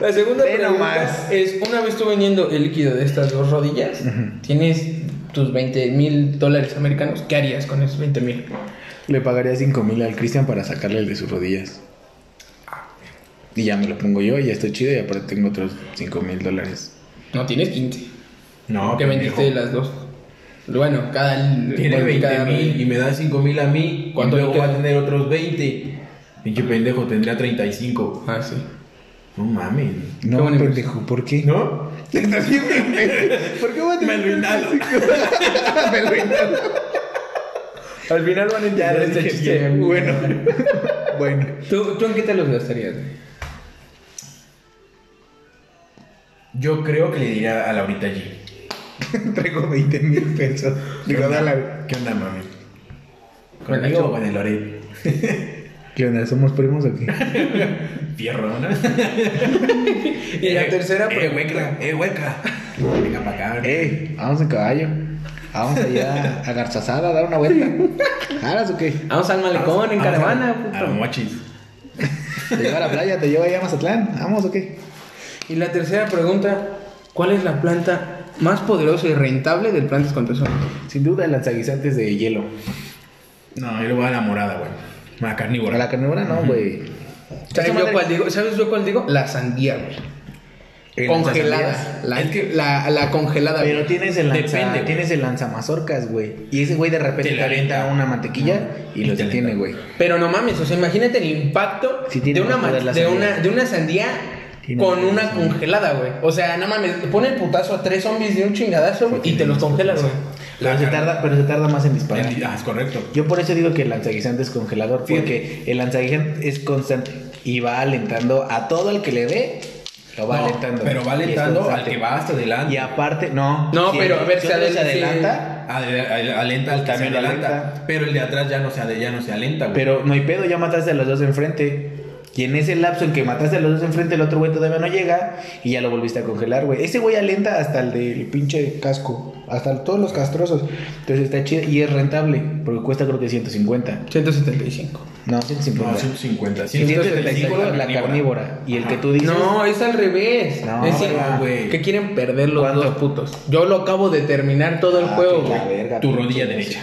Speaker 1: La segunda
Speaker 2: Ve
Speaker 1: pregunta
Speaker 2: nomás.
Speaker 1: es, una vez tú vendiendo el líquido de estas dos rodillas, tienes tus 20 mil dólares americanos, ¿qué harías con esos 20 mil?
Speaker 2: Le pagaría 5 mil al Cristian para sacarle el de sus rodillas. Y ya me lo pongo yo, y ya estoy chido y aparte tengo otros 5 mil dólares.
Speaker 1: No, tienes 15.
Speaker 3: No,
Speaker 1: que
Speaker 3: pendejo.
Speaker 1: vendiste las dos. Bueno, cada.
Speaker 3: Tiene
Speaker 1: bueno,
Speaker 3: 20
Speaker 1: cada-
Speaker 3: mil y me da 5 mil a mí.
Speaker 1: ¿Cuánto
Speaker 3: ¿Cuánto luego
Speaker 1: le
Speaker 3: va
Speaker 1: queda?
Speaker 3: a tener otros 20? Pinche pendejo, tendría 35.
Speaker 1: Ah, sí.
Speaker 3: No mames.
Speaker 2: No,
Speaker 1: buena
Speaker 2: pendejo, ¿por qué?
Speaker 3: ¿No?
Speaker 2: Estás bien pendejo. ¿Por qué voy a
Speaker 3: Me
Speaker 2: tener
Speaker 3: lo inhalo.
Speaker 2: Me lo inhalo.
Speaker 1: Al final van a
Speaker 2: Ya,
Speaker 1: entender
Speaker 2: lo dije bien. Bueno. bueno.
Speaker 1: ¿Tú, ¿Tú en qué te los gastarías? güey?
Speaker 3: Yo creo que le diría a Laurita G.
Speaker 2: Traigo 20 mil pesos. Digo, dale.
Speaker 3: ¿Qué onda, mami?
Speaker 1: Con la
Speaker 3: ¿Conmigo o
Speaker 1: chava.
Speaker 3: con el Loret?
Speaker 2: ¿Qué onda? ¿Somos primos o qué?
Speaker 3: Fierro, ¿no?
Speaker 1: Y la tercera Eh.
Speaker 3: Eh,
Speaker 1: pregunta.
Speaker 3: hueca, eh, hueca. Venga para acá.
Speaker 2: ¡Ey! Vamos en caballo. Vamos allá a Garzazada a dar una vuelta. ¿Aras o qué?
Speaker 1: Vamos al malecón en
Speaker 3: Vamos a-
Speaker 1: caravana,
Speaker 3: A
Speaker 1: puto.
Speaker 3: los mochis.
Speaker 2: ¿Te lleva a la playa? ¿Te lleva allá a Mazatlán? ¿Vamos o qué?
Speaker 1: Y la tercera pregunta, ¿cuál es la planta más poderosa y rentable del Plantas contra Zombies?
Speaker 2: Sin duda, el lanzaguisantes de hielo.
Speaker 3: No, yo le voy a la morada, güey. La
Speaker 2: Bueno,
Speaker 3: carnívora.
Speaker 2: la carnívora no, güey.
Speaker 1: ¿Sabes
Speaker 2: Esa
Speaker 1: yo
Speaker 2: madre-
Speaker 1: cuál digo? ¿Sabes yo cuál digo? La sandía, güey.
Speaker 2: El
Speaker 1: Congelada.
Speaker 2: lanzasandías.
Speaker 1: La, la, la congelada.
Speaker 2: Pero
Speaker 1: güey.
Speaker 2: tienes el lanza,
Speaker 3: Depende, güey.
Speaker 2: tienes el lanzamazorcas, güey. Y ese güey de repente
Speaker 3: Te
Speaker 2: te
Speaker 3: la
Speaker 2: avienta
Speaker 3: avienta.
Speaker 2: una mantequilla y
Speaker 3: Y
Speaker 2: lo
Speaker 3: te la
Speaker 2: detiene,
Speaker 3: avienta.
Speaker 2: güey.
Speaker 1: Pero no mames, o sea, imagínate el impacto
Speaker 2: Sí tiene
Speaker 1: de, una,
Speaker 2: más poder
Speaker 1: ma-
Speaker 2: la
Speaker 1: de,
Speaker 2: sandía.
Speaker 1: una, de una sandía
Speaker 2: Tiene
Speaker 1: con
Speaker 2: más
Speaker 1: una
Speaker 2: poder, sí.
Speaker 1: congelada, güey. O sea, no mames, te pone el putazo a tres zombies de un chingadazo güey, y te los congelas, güey.
Speaker 2: Pero se,
Speaker 3: carne-
Speaker 2: tarda, pero se tarda más en disparar.
Speaker 3: El- Ah, es correcto.
Speaker 2: Yo por eso digo que el lanzaguisante es congelador,
Speaker 3: Fíjate.
Speaker 2: porque el lanzaguisante es constante y va alentando a todo el que le dé, lo va
Speaker 3: No,
Speaker 2: alentando.
Speaker 3: Pero va
Speaker 2: Y es
Speaker 3: alentando al
Speaker 2: constante.
Speaker 3: que va hasta adelante.
Speaker 2: Y aparte, no.
Speaker 1: No,
Speaker 2: si
Speaker 1: pero
Speaker 2: el-
Speaker 1: a ver,
Speaker 2: si
Speaker 1: se
Speaker 2: otro
Speaker 1: adelanta, sí.
Speaker 2: adelanta,
Speaker 3: Adel- al- Alenta al camión,
Speaker 2: lo
Speaker 3: alenta.
Speaker 2: alenta.
Speaker 3: Pero el de atrás ya no se, ade- ya no se alenta, güey.
Speaker 2: pero no hay pedo, ya mataste a los dos de enfrente. Y en ese lapso en que mataste a los dos de enfrente, el otro güey todavía no llega y ya lo volviste a congelar, güey. Ese güey alenta hasta el del pinche casco, hasta todos los castrosos. Entonces está chido y es rentable, porque cuesta creo que 150.
Speaker 1: 175.
Speaker 2: No, 150.
Speaker 3: No, 150.
Speaker 2: 175
Speaker 3: 175
Speaker 2: la carnívora. Y el que tú dices.
Speaker 1: No, es al revés.
Speaker 2: No,
Speaker 1: es
Speaker 3: no, güey.
Speaker 1: que quieren perder los
Speaker 2: ¿Cuánto?
Speaker 1: dos putos. Yo lo acabo de terminar todo el
Speaker 2: Ah,
Speaker 1: juego,
Speaker 2: que la
Speaker 1: güey.
Speaker 2: verga,
Speaker 3: Tu
Speaker 2: pinche
Speaker 3: rodilla
Speaker 2: cosa.
Speaker 3: derecha.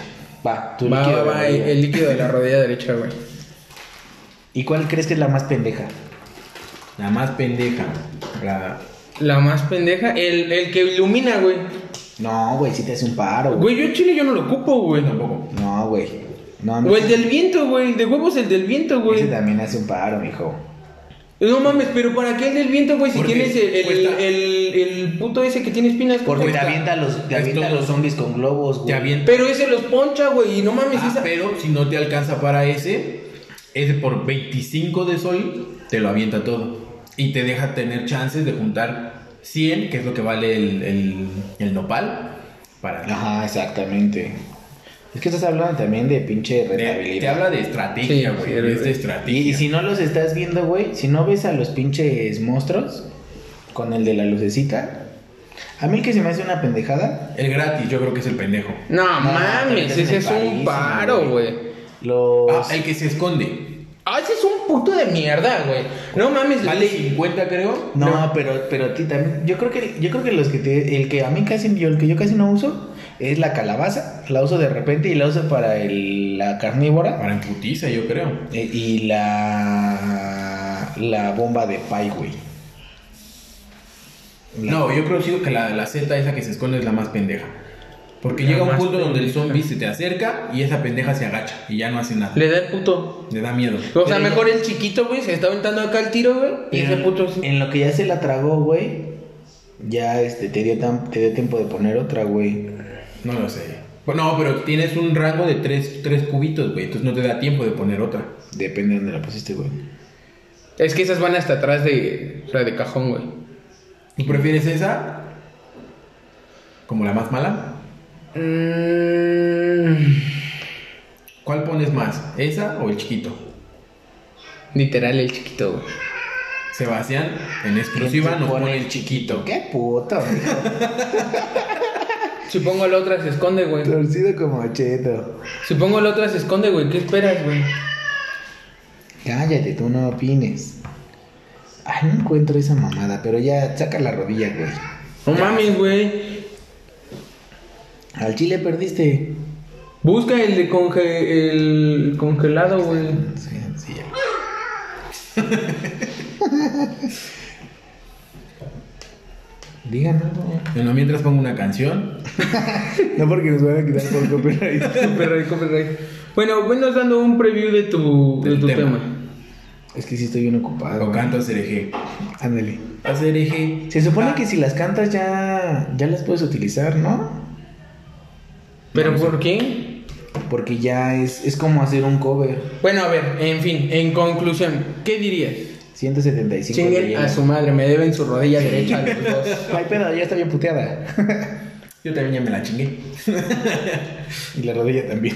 Speaker 2: Va, tu
Speaker 1: Va,
Speaker 2: líquido
Speaker 1: va,
Speaker 2: de
Speaker 1: va,
Speaker 2: rodilla.
Speaker 1: el, el líquido de la rodilla derecha, güey.
Speaker 2: ¿Y cuál crees que es la más pendeja?
Speaker 3: La más pendeja. La...
Speaker 1: La más pendeja, el, el que ilumina, güey.
Speaker 2: No, güey, si te hace un paro. güey.
Speaker 1: Güey, yo en Chile yo no lo ocupo, güey.
Speaker 3: Tampoco.
Speaker 2: No, güey. No, no.
Speaker 1: O el del viento, güey. De huevos el del viento,
Speaker 2: Ese
Speaker 1: güey.
Speaker 2: también hace un paro, mijo.
Speaker 1: No mames, pero ¿para qué el del viento, güey? Si
Speaker 3: Porque
Speaker 1: tienes el, el,
Speaker 3: cuesta.
Speaker 1: el, el puto ese que tiene espinas.
Speaker 2: Porque te
Speaker 1: cuesta.
Speaker 2: avienta los, te
Speaker 3: es
Speaker 2: avienta
Speaker 3: todo.
Speaker 2: los zombies con globos, güey.
Speaker 3: Te avienta.
Speaker 1: Pero ese los poncha, güey. Y no mames,
Speaker 3: Ah,
Speaker 1: esa...
Speaker 3: pero si no te alcanza para ese, ese por 25 de sol te lo avienta todo. Y te deja tener chances de juntar 100, que es lo que vale el, el, el nopal, para...
Speaker 2: Ajá, exactamente. Es que estás hablando también de pinche
Speaker 3: De- te
Speaker 2: rentabilidad.
Speaker 3: habla de estrategia,
Speaker 1: Sí,
Speaker 3: güey.
Speaker 1: sí,
Speaker 3: es
Speaker 1: güey.
Speaker 3: de
Speaker 2: Y, y
Speaker 3: estrategia.
Speaker 2: si no los estás viendo, güey, si no ves a los pinches monstruos con el de la lucecita, a mí el que se me hace una pendejada
Speaker 3: El gratis, yo creo que es el pendejo.
Speaker 1: No,
Speaker 2: No, pero
Speaker 1: mames,
Speaker 2: ese
Speaker 1: ese
Speaker 2: es
Speaker 1: es
Speaker 2: en el
Speaker 1: un
Speaker 2: París,
Speaker 1: paro,
Speaker 2: güey.
Speaker 1: güey.
Speaker 2: Los.
Speaker 3: Ah, el que se esconde.
Speaker 1: Ah, ese es un puto de mierda, güey. No mames,
Speaker 3: Vale
Speaker 1: le-
Speaker 3: 50, creo.
Speaker 2: no, pero, pero a ti también. Yo creo que, yo creo que los que te- el que a mí casi, yo, el que yo casi no uso es la calabaza. La uso de repente y la uso para el- la carnívora
Speaker 3: Para emputiza, yo creo.
Speaker 2: eh, y la la bomba de pie, güey. La-
Speaker 3: No, yo creo sigo que la, la Z esa que se esconde es la más pendeja. Porque
Speaker 1: La
Speaker 3: llega un
Speaker 1: más
Speaker 3: punto donde el
Speaker 1: pendeja.
Speaker 3: zombie se te acerca y esa pendeja se agacha y ya no hace nada.
Speaker 1: le da el puto.
Speaker 3: Le da miedo.
Speaker 1: O sea,
Speaker 2: Pero
Speaker 1: mejor el chiquito, güey, se está aventando acá el tiro, güey. Y ese
Speaker 2: Pero
Speaker 1: puto. sí.
Speaker 2: en lo que ya se la tragó, güey. Ya este, te, dio tam- te dio tiempo de poner otra, güey.
Speaker 3: No lo sé. Bueno, no, pero tienes un rango de 3, cubitos, güey. Entonces no te da tiempo de poner otra.
Speaker 2: Depende de dónde la pusiste, güey.
Speaker 1: Es que esas van hasta atrás de. O sea, de cajón, güey.
Speaker 3: ¿Tú prefieres esa? ¿Como la más mala?
Speaker 1: Mm,
Speaker 3: ¿Cuál pones más? ¿Esa o el chiquito?
Speaker 1: literal, el chiquito, güey.
Speaker 3: Sebastián, en exclusiva, nos pone el chiquito.
Speaker 2: ¡Qué puto! mijo.
Speaker 1: Si pongo la otra, se esconde, güey.
Speaker 2: Torcido como cheto.
Speaker 1: Si pongo la otra, se esconde, güey. ¿Qué esperas, güey?
Speaker 2: Cállate, tú no opines. Ay, no encuentro esa mamada, pero ya saca la rodilla, güey.
Speaker 1: No mames, güey.
Speaker 2: Al chile perdiste.
Speaker 5: Busca el de conge- el congelado, güey.
Speaker 2: Sí, sí, ya. Digan algo.
Speaker 3: Bueno, mientras pongo una canción.
Speaker 2: No porque nos van a quitar por copyright.
Speaker 5: Copyright, copyright. Bueno, venos dando un preview de tu, de
Speaker 3: Del
Speaker 5: tu tema.
Speaker 3: tema.
Speaker 2: Es que sí estoy bien ocupado.
Speaker 3: O
Speaker 2: güey.
Speaker 3: canto Cereje.
Speaker 2: Ándale.
Speaker 3: Cereje.
Speaker 2: Se supone que si las cantas ya, ya las puedes utilizar, ¿no?
Speaker 5: ¿Pero por qué?
Speaker 2: Porque ya es, es como hacer un cover.
Speaker 5: Bueno, a ver, en fin, en conclusión, ¿qué dirías?
Speaker 2: 175.
Speaker 5: Chinguen
Speaker 1: ah,
Speaker 2: relleno.
Speaker 5: a su madre, me deben su rodilla derecha los dos.
Speaker 2: No hay pedo, ya está bien puteada.
Speaker 3: Yo también ya me la chingué.
Speaker 2: Y la rodilla también.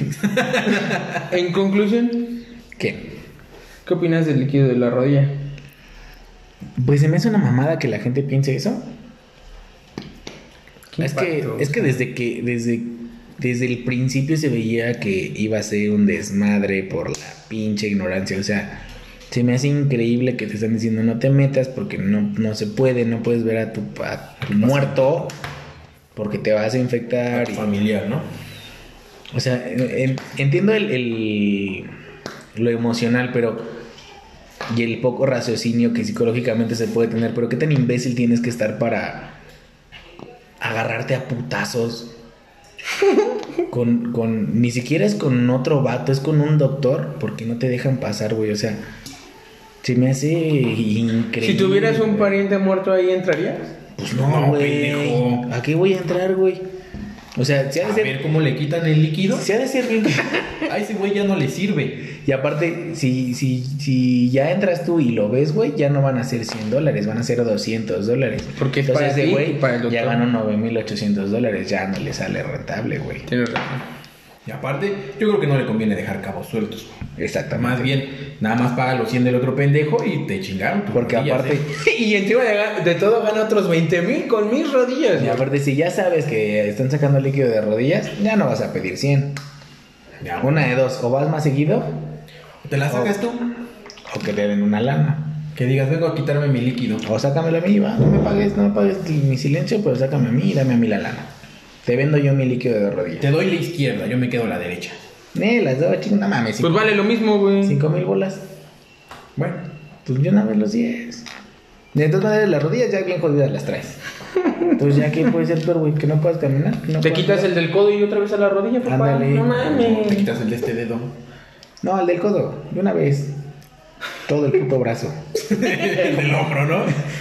Speaker 5: En conclusión,
Speaker 2: ¿Qué?
Speaker 5: ¿qué opinas del líquido de la rodilla?
Speaker 2: Pues se me hace una mamada que la gente piense eso.
Speaker 5: Qué
Speaker 2: Es que,
Speaker 5: impacto.
Speaker 2: es que desde que, desde, desde el principio se veía que iba a ser un desmadre por la pinche ignorancia. O sea, se me hace increíble que te están diciendo no te metas porque no, no se puede, no puedes ver a tu, a tu muerto porque te vas a infectar. y-
Speaker 3: Familiar, ¿no?
Speaker 2: o sea, en- en- entiendo el, el- lo emocional, pero. Y el poco raciocinio que psicológicamente se puede tener, pero qué tan imbécil tienes que estar para agarrarte a putazos. Con, con. Ni siquiera es con otro vato, es con un doctor, porque no te dejan pasar, güey. O sea, se me hace increíble.
Speaker 5: Si tuvieras un
Speaker 2: güey.
Speaker 5: pariente muerto ahí, ¿entrarías?
Speaker 2: Pues no,
Speaker 3: No,
Speaker 2: güey.
Speaker 3: pendejo.
Speaker 2: ¿A qué voy a entrar, güey? O sea, se ha
Speaker 3: A
Speaker 2: de ser-
Speaker 3: ver cómo le quitan el líquido.
Speaker 2: se ha de ser bien.
Speaker 3: A ese güey ya no le sirve.
Speaker 2: Y aparte, si, si, si ya entras tú y lo ves, güey, ya no van a ser 100 dólares, van a ser 200 dólares.
Speaker 5: Porque es para
Speaker 2: Entonces,
Speaker 5: ti
Speaker 2: ese
Speaker 5: y para el doctor.
Speaker 2: güey ya ganó 9,800 dólares, ya no le sale rentable, güey.
Speaker 5: Tienes razón.
Speaker 3: Y aparte, yo creo que no le conviene dejar cabos sueltos.
Speaker 2: Exactamente.
Speaker 3: Más bien, nada más paga los 100 del otro pendejo y te chingaron. tu
Speaker 2: Porque
Speaker 3: rodilla,
Speaker 2: aparte,
Speaker 3: ¿sí?
Speaker 5: Y encima de, ga- de todo gana otros 20 mil con mis rodillas.
Speaker 2: y aparte, si ya sabes que están sacando líquido de rodillas, ya no vas a pedir 100.
Speaker 3: Ya, bueno,
Speaker 2: Una de dos, o vas más seguido,
Speaker 3: Te la sacas tú.
Speaker 2: o que te den una lana.
Speaker 3: Que digas, vengo a quitarme mi líquido.
Speaker 2: O sácamelo a mí, va, no me pagues, no me pagues mi silencio, pero sácame a mí y dame a mí la lana. Te vendo yo mi líquido de rodillas.
Speaker 3: Te doy la izquierda, yo me quedo la derecha.
Speaker 2: Eh, las dos, chingada no mames.
Speaker 5: Pues vale lo mismo, güey.
Speaker 2: Cinco mil bolas.
Speaker 3: Bueno,
Speaker 2: Pues yo nada más los 10. De todas maneras, las rodillas ya bien jodidas las traes. Entonces, ya que puede ser peor, güey, que no puedas caminar. que no
Speaker 5: Te
Speaker 2: puedas
Speaker 5: quitas
Speaker 2: andar.
Speaker 5: el del codo y otra vez a la rodilla, papá.
Speaker 2: Ándale.
Speaker 5: No
Speaker 3: te
Speaker 5: mames.
Speaker 3: quitas el de este dedo.
Speaker 2: No, el del codo, de una vez. Todo el puto brazo.
Speaker 3: El del hombro, ¿no?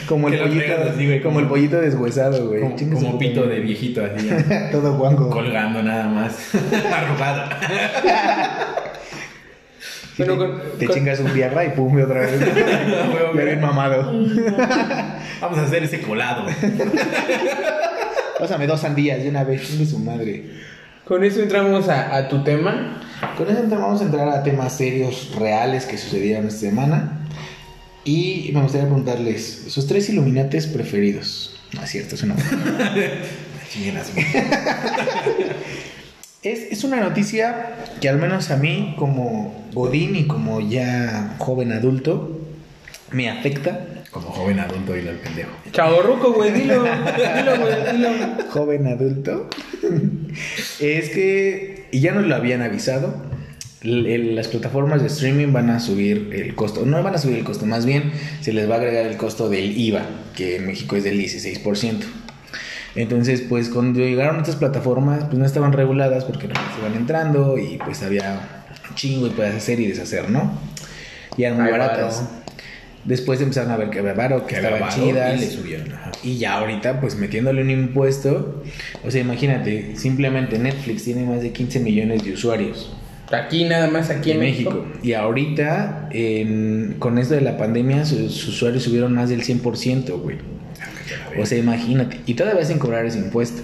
Speaker 2: Como el
Speaker 3: Que lo
Speaker 2: pollito,
Speaker 3: traigas así, güey,
Speaker 2: como el pollito deshuesado, güey.
Speaker 3: Como,
Speaker 2: Chingue su
Speaker 3: como
Speaker 2: puta
Speaker 3: pito
Speaker 2: madre.
Speaker 3: de viejito así, ya,
Speaker 2: Todo guango.
Speaker 3: colgando nada más, arrugado.
Speaker 2: Sí,
Speaker 5: Bueno,
Speaker 2: te-
Speaker 5: con-
Speaker 2: te
Speaker 5: con-
Speaker 2: chingas un viagra y pum, y otra vez.
Speaker 3: Huevo,
Speaker 2: Ya bien mamado.
Speaker 3: Vamos a hacer ese colado.
Speaker 2: Pásame dos sandías de una vez, chingue su madre.
Speaker 5: Con eso entramos a, a tu tema.
Speaker 2: Con eso entonces, vamos a entrar a temas serios, reales que sucedieron esta semana. Y me gustaría preguntarles, sus tres iluminates preferidos. No es cierto, es una.
Speaker 3: Chingueras,
Speaker 2: es, es una noticia que al menos a mí, como Godín y como ya joven adulto, me afecta.
Speaker 3: Como joven adulto y al pendejo.
Speaker 5: Chaborruco, güey, dilo. Dilo, güey, dilo.
Speaker 2: Joven adulto. es que, y ya nos lo habían avisado, el- el- las plataformas de streaming van a subir el costo. No van a subir el costo, más bien se les va a agregar el costo del IVA, que en México es del 16%. Entonces, pues cuando llegaron estas plataformas, pues no estaban reguladas porque no iban entrando y pues había un chingo y puedes hacer y deshacer, ¿no? Y eran muy
Speaker 5: Ay, varo.
Speaker 2: baratas. Después empezaron a ver que había varo, que
Speaker 3: Que
Speaker 2: estaban
Speaker 3: grabaron
Speaker 2: chidas.
Speaker 3: y le subieron. ajá.
Speaker 2: Y ya ahorita, pues metiéndole un impuesto, o sea, imagínate, simplemente Netflix tiene más de 15 millones de usuarios
Speaker 5: Aquí nada más, aquí
Speaker 2: en México. Y ahorita, en- con esto de la pandemia, sus, sus usuarios subieron más del 100%, güey. O sea, imagínate. Y todavía sin cobrar ese impuesto.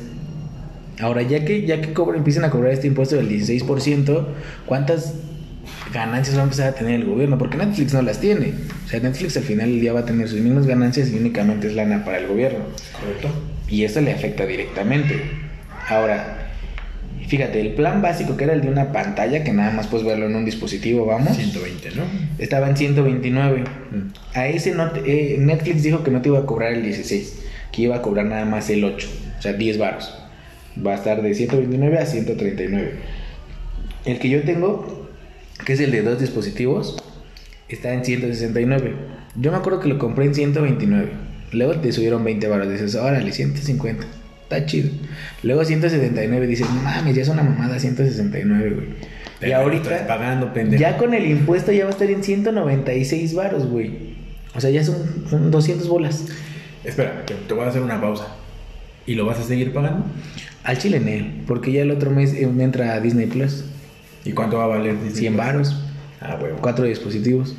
Speaker 2: Ahora, ya que, ya que cobran, empiezan a cobrar este impuesto del 16%, ¿cuántas ganancias va a empezar a tener el gobierno? Porque Netflix no las tiene. O sea, Netflix al final del día va a tener sus mismas ganancias y únicamente es lana para el gobierno.
Speaker 3: Correcto.
Speaker 2: Y eso le afecta directamente. Ahora, fíjate, el plan básico que era el de una pantalla, que nada más puedes verlo en un dispositivo, vamos,
Speaker 3: 120, ¿no?
Speaker 2: estaba en 129.
Speaker 3: Mm.
Speaker 2: A ese no te- eh, Netflix dijo que no te iba a cobrar el 16, que iba a cobrar nada más el 8, o sea, 10 varos. Va a estar de 129 a 139. El que yo tengo, que es el de dos dispositivos, está en 169. Yo me acuerdo que lo compré en 129. Luego te subieron 20 baros. Dices, órale, 150. Está chido. Luego 179. Dices, no mames, ya es una mamada 169, güey. y
Speaker 3: Pero estás
Speaker 2: ahorita,
Speaker 3: pagando, pendejo.
Speaker 2: ya con el impuesto ya va a estar en 196 baros, güey. O sea, ya son, son 200 bolas.
Speaker 3: Espera, te, te voy a hacer una pausa. ¿Y lo vas a seguir pagando?
Speaker 2: Al chile en él, porque ya el otro mes eh, me entra a Disney Plus.
Speaker 3: ¿Y cuánto va a valer? Disney
Speaker 2: 100
Speaker 3: Plus?
Speaker 2: baros.
Speaker 3: Ah, huevo.
Speaker 2: cuatro dispositivos.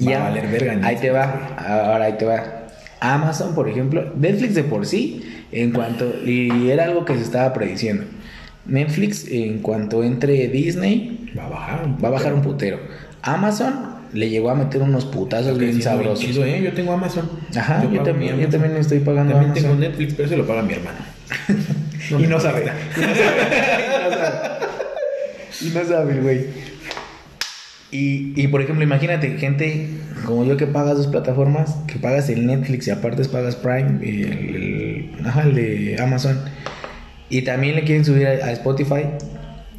Speaker 3: Va a valer verga, ¿no?
Speaker 2: ahí te va, ahora ahí te va. Amazon, por ejemplo, Netflix de por sí, en cuanto, y era algo que se estaba prediciendo. Netflix, en cuanto entre Disney,
Speaker 3: Va a bajar. un
Speaker 2: va a bajar un
Speaker 3: poco.
Speaker 2: putero. Amazon le llegó a meter unos putazos bien
Speaker 3: Está creciendo
Speaker 2: sabrosos.
Speaker 3: chido, ¿eh? Yo tengo Amazon.
Speaker 2: Ajá, yo,
Speaker 3: pago mi
Speaker 2: también, yo
Speaker 3: Amazon.
Speaker 2: también estoy pagando
Speaker 3: También tengo
Speaker 2: Amazon.
Speaker 3: Netflix, pero se lo paga mi hermano.
Speaker 2: y no sabe. Y no sabe, güey. Y, y, por ejemplo, imagínate gente como yo que pagas dos plataformas, que pagas el Netflix y aparte pagas Prime, y el, el- ajá, el de Amazon, y también le quieren subir a, a Spotify.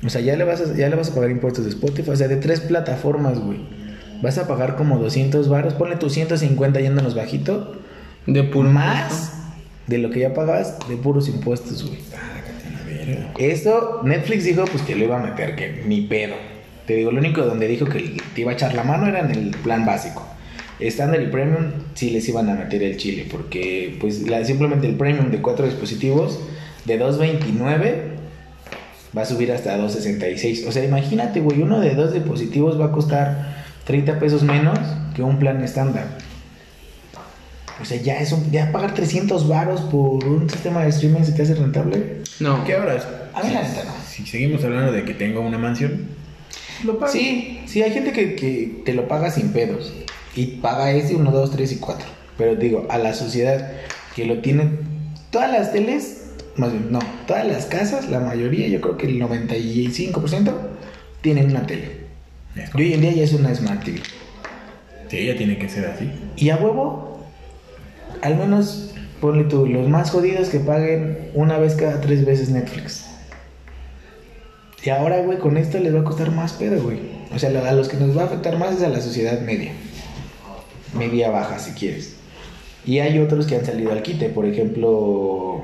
Speaker 2: O sea, ya le, vas a, ya le vas a pagar impuestos de Spotify, o sea, de tres plataformas, güey. Vas a pagar como 200 varos, ponle tus 150 yéndonos bajito,
Speaker 1: De pulmón.
Speaker 2: más de lo que ya pagabas de puros impuestos, güey. Esto, Netflix dijo pues que lo iba a meter, que ni pedo. Te digo, lo único donde dijo que te iba a echar la mano era en el plan básico. Estándar y Premium sí les iban a meter el chile, porque pues la- simplemente el Premium de cuatro dispositivos de 2.29 va a subir hasta 2.66. O sea, imagínate, güey, uno de dos dispositivos va a costar 30 pesos menos que un plan estándar. O sea, ya es un, ya pagar 300 varos por un sistema de streaming se te hace rentable.
Speaker 1: No.
Speaker 3: ¿Qué horas?
Speaker 2: A mí la neta no.
Speaker 3: Si seguimos hablando de que tengo una mansión, lo pago.
Speaker 2: Sí, sí, hay gente que, que te lo paga sin pedos. Y paga ese 1, 2, 3 y 4. Pero digo, a la sociedad que lo tiene todas las teles, más bien, no, todas las casas, la mayoría, yo creo que el 95% tienen una tele.
Speaker 3: Es
Speaker 2: Y
Speaker 3: como-
Speaker 2: hoy en día ya es una Smart TV.
Speaker 3: Sí, ella tiene que ser así.
Speaker 2: Y a huevo, al menos ponle tú, los más jodidos que paguen una vez cada tres veces Netflix. Y ahora, güey, con esto les va a costar más pedo, güey. O sea, la- a los que nos va a afectar más es a la sociedad media. Media baja, si quieres. Y hay otros que han salido al quite. Por ejemplo,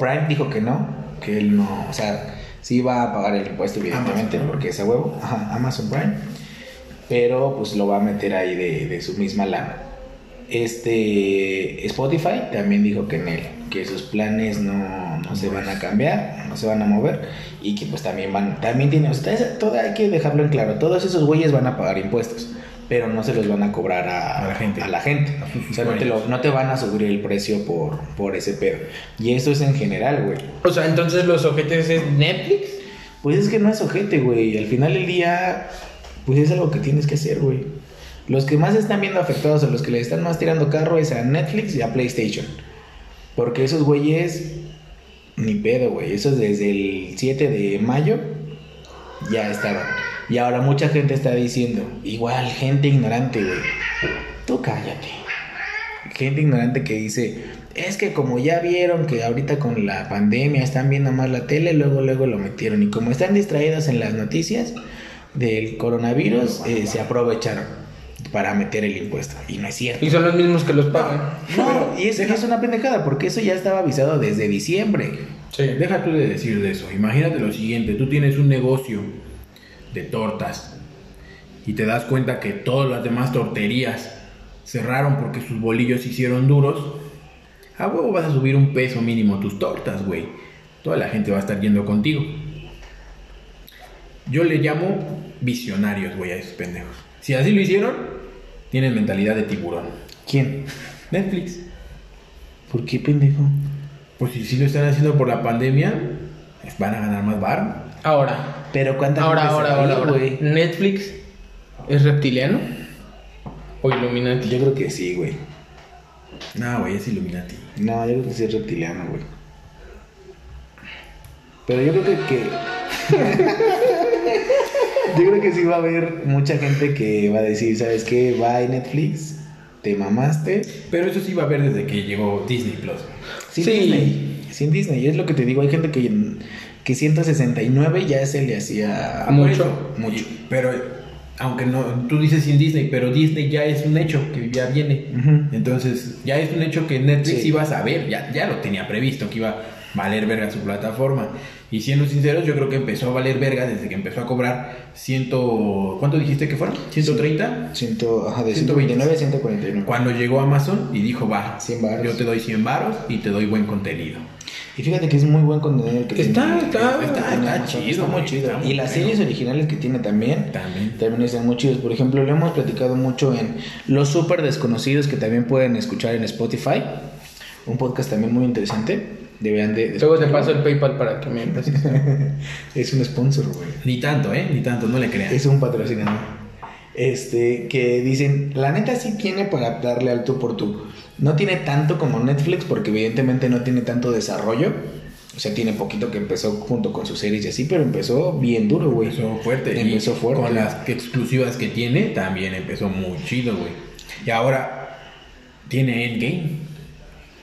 Speaker 2: Prime dijo que no, que él no, o sea, sí va a pagar el impuesto, evidentemente,
Speaker 3: Amazon, ¿no?
Speaker 2: porque es a huevo. Ajá, Amazon Prime. Pero pues lo va a meter ahí de, de su misma lana. Este Spotify también dijo que en él, que sus planes no, no se van a cambiar, no se van a mover y que pues también van, también tiene, o sea, esa- todo hay que dejarlo en claro, todos esos güeyes van a pagar impuestos, pero no se los van a cobrar a,
Speaker 3: A la gente.
Speaker 2: a la gente.
Speaker 3: A sus
Speaker 2: O sea, no te, lo- no te van a subir el precio por, por ese pedo. Y eso es en general, güey.
Speaker 1: O sea, entonces los objetos es Netflix.
Speaker 2: Pues es que no es ojete, güey. Al final del día, pues es algo que tienes que hacer, güey. Los que más están viendo afectados o los que le están más tirando carro es a Netflix y a PlayStation. Porque esos güeyes, ni pedo, güey. Esos desde el 7 de mayo ya estaban. Y ahora mucha gente está diciendo, igual, gente ignorante, güey. Tú cállate. Gente ignorante que dice, es que como ya vieron que ahorita con la pandemia están viendo más la tele, luego luego lo metieron. Y como están distraídos en las noticias del coronavirus, eh, se aprovecharon para meter el impuesto. Y no es cierto.
Speaker 1: Y son los mismos que los
Speaker 3: Ah.
Speaker 1: pagan.
Speaker 2: No, y es, es una pendejada, porque eso ya estaba avisado desde diciembre.
Speaker 1: Sí.
Speaker 3: Deja tú de decir de eso. Imagínate lo siguiente: tú tienes un negocio de tortas y te das cuenta que todas las demás torterías cerraron porque sus bolillos se hicieron duros. A huevo vas a subir un peso mínimo tus tortas, güey. Toda la gente va a estar yendo contigo. Yo le llamo visionarios, güey, a esos pendejos. Si así lo hicieron, tienen mentalidad de tiburón.
Speaker 2: ¿Quién?
Speaker 3: Netflix.
Speaker 2: ¿Por qué pendejo?
Speaker 3: Pues si, si lo están haciendo por la pandemia, pues van a ganar más bar.
Speaker 1: Ahora,
Speaker 2: Pero cuánta
Speaker 1: ahora,
Speaker 2: gente se
Speaker 1: ahora,
Speaker 2: va a ir,
Speaker 1: ahora, ahora.
Speaker 2: pues, güey?
Speaker 1: ¿Netflix es reptiliano? ¿O Illuminati?
Speaker 2: Yo creo que sí, güey.
Speaker 3: No, güey, es Illuminati.
Speaker 2: No, yo creo que sí es reptiliano, güey. Pero yo creo que, que- yo creo que sí va a haber mucha gente que va a decir, ¿sabes qué? Bye Netflix, te mamaste.
Speaker 3: Pero eso sí va a haber desde que llegó Disney Plus.
Speaker 2: Sin
Speaker 1: Sí.
Speaker 2: Disney. Sin Disney. Y es lo que te digo, hay gente que que 169 ya se le hacía
Speaker 1: Mucho.
Speaker 2: mucho.
Speaker 3: Y- Pero, aunque no, tú dices sin Disney, pero Disney ya es un hecho que ya viene.
Speaker 2: Ujú.
Speaker 3: Entonces, ya es un hecho que Netflix
Speaker 2: Sí.
Speaker 3: iba a saber, ya, ya lo tenía previsto, que iba a valer verga su plataforma. Y siendo sinceros, yo creo que empezó a valer verga desde que empezó a cobrar ciento... ¿Cuánto dijiste que fueron? ¿130?
Speaker 2: Ciento- ajá, de 129
Speaker 3: 129,
Speaker 2: a 149.
Speaker 3: Cuando llegó Amazon y dijo, va,
Speaker 2: 100 varos.
Speaker 3: yo te doy 100 varos y te doy buen contenido.
Speaker 2: Y fíjate que es muy buen contenido el que
Speaker 1: Está-
Speaker 2: tiene.
Speaker 1: está-
Speaker 2: el que
Speaker 3: está-
Speaker 2: tiene
Speaker 3: está
Speaker 2: Amazon,
Speaker 3: chido,
Speaker 2: está muy
Speaker 3: güey,
Speaker 2: chido.
Speaker 3: está muy
Speaker 2: y las
Speaker 3: bueno.
Speaker 2: series originales que tiene también.
Speaker 3: También.
Speaker 2: También están muy chidos. Por ejemplo, lo hemos platicado mucho en Los Super Desconocidos, que también pueden escuchar en Spotify. Un podcast también muy interesante. Deberían de. de-
Speaker 1: Luego te paso el PayPal para que me empieces.
Speaker 2: es un sponsor, güey.
Speaker 3: Ni tanto, ¿eh? Ni tanto, no le crean.
Speaker 2: Es un patrocinador. Este, que dicen, la neta sí tiene para darle alto por tu. No tiene tanto como Netflix, porque evidentemente no tiene tanto desarrollo. O sea, tiene poquito que empezó junto con sus series y así, pero empezó bien duro, güey.
Speaker 3: Empezó fuerte. y
Speaker 2: Empezó fuerte.
Speaker 3: Con las exclusivas que tiene, también empezó muy chido, güey. Y ahora tiene Endgame.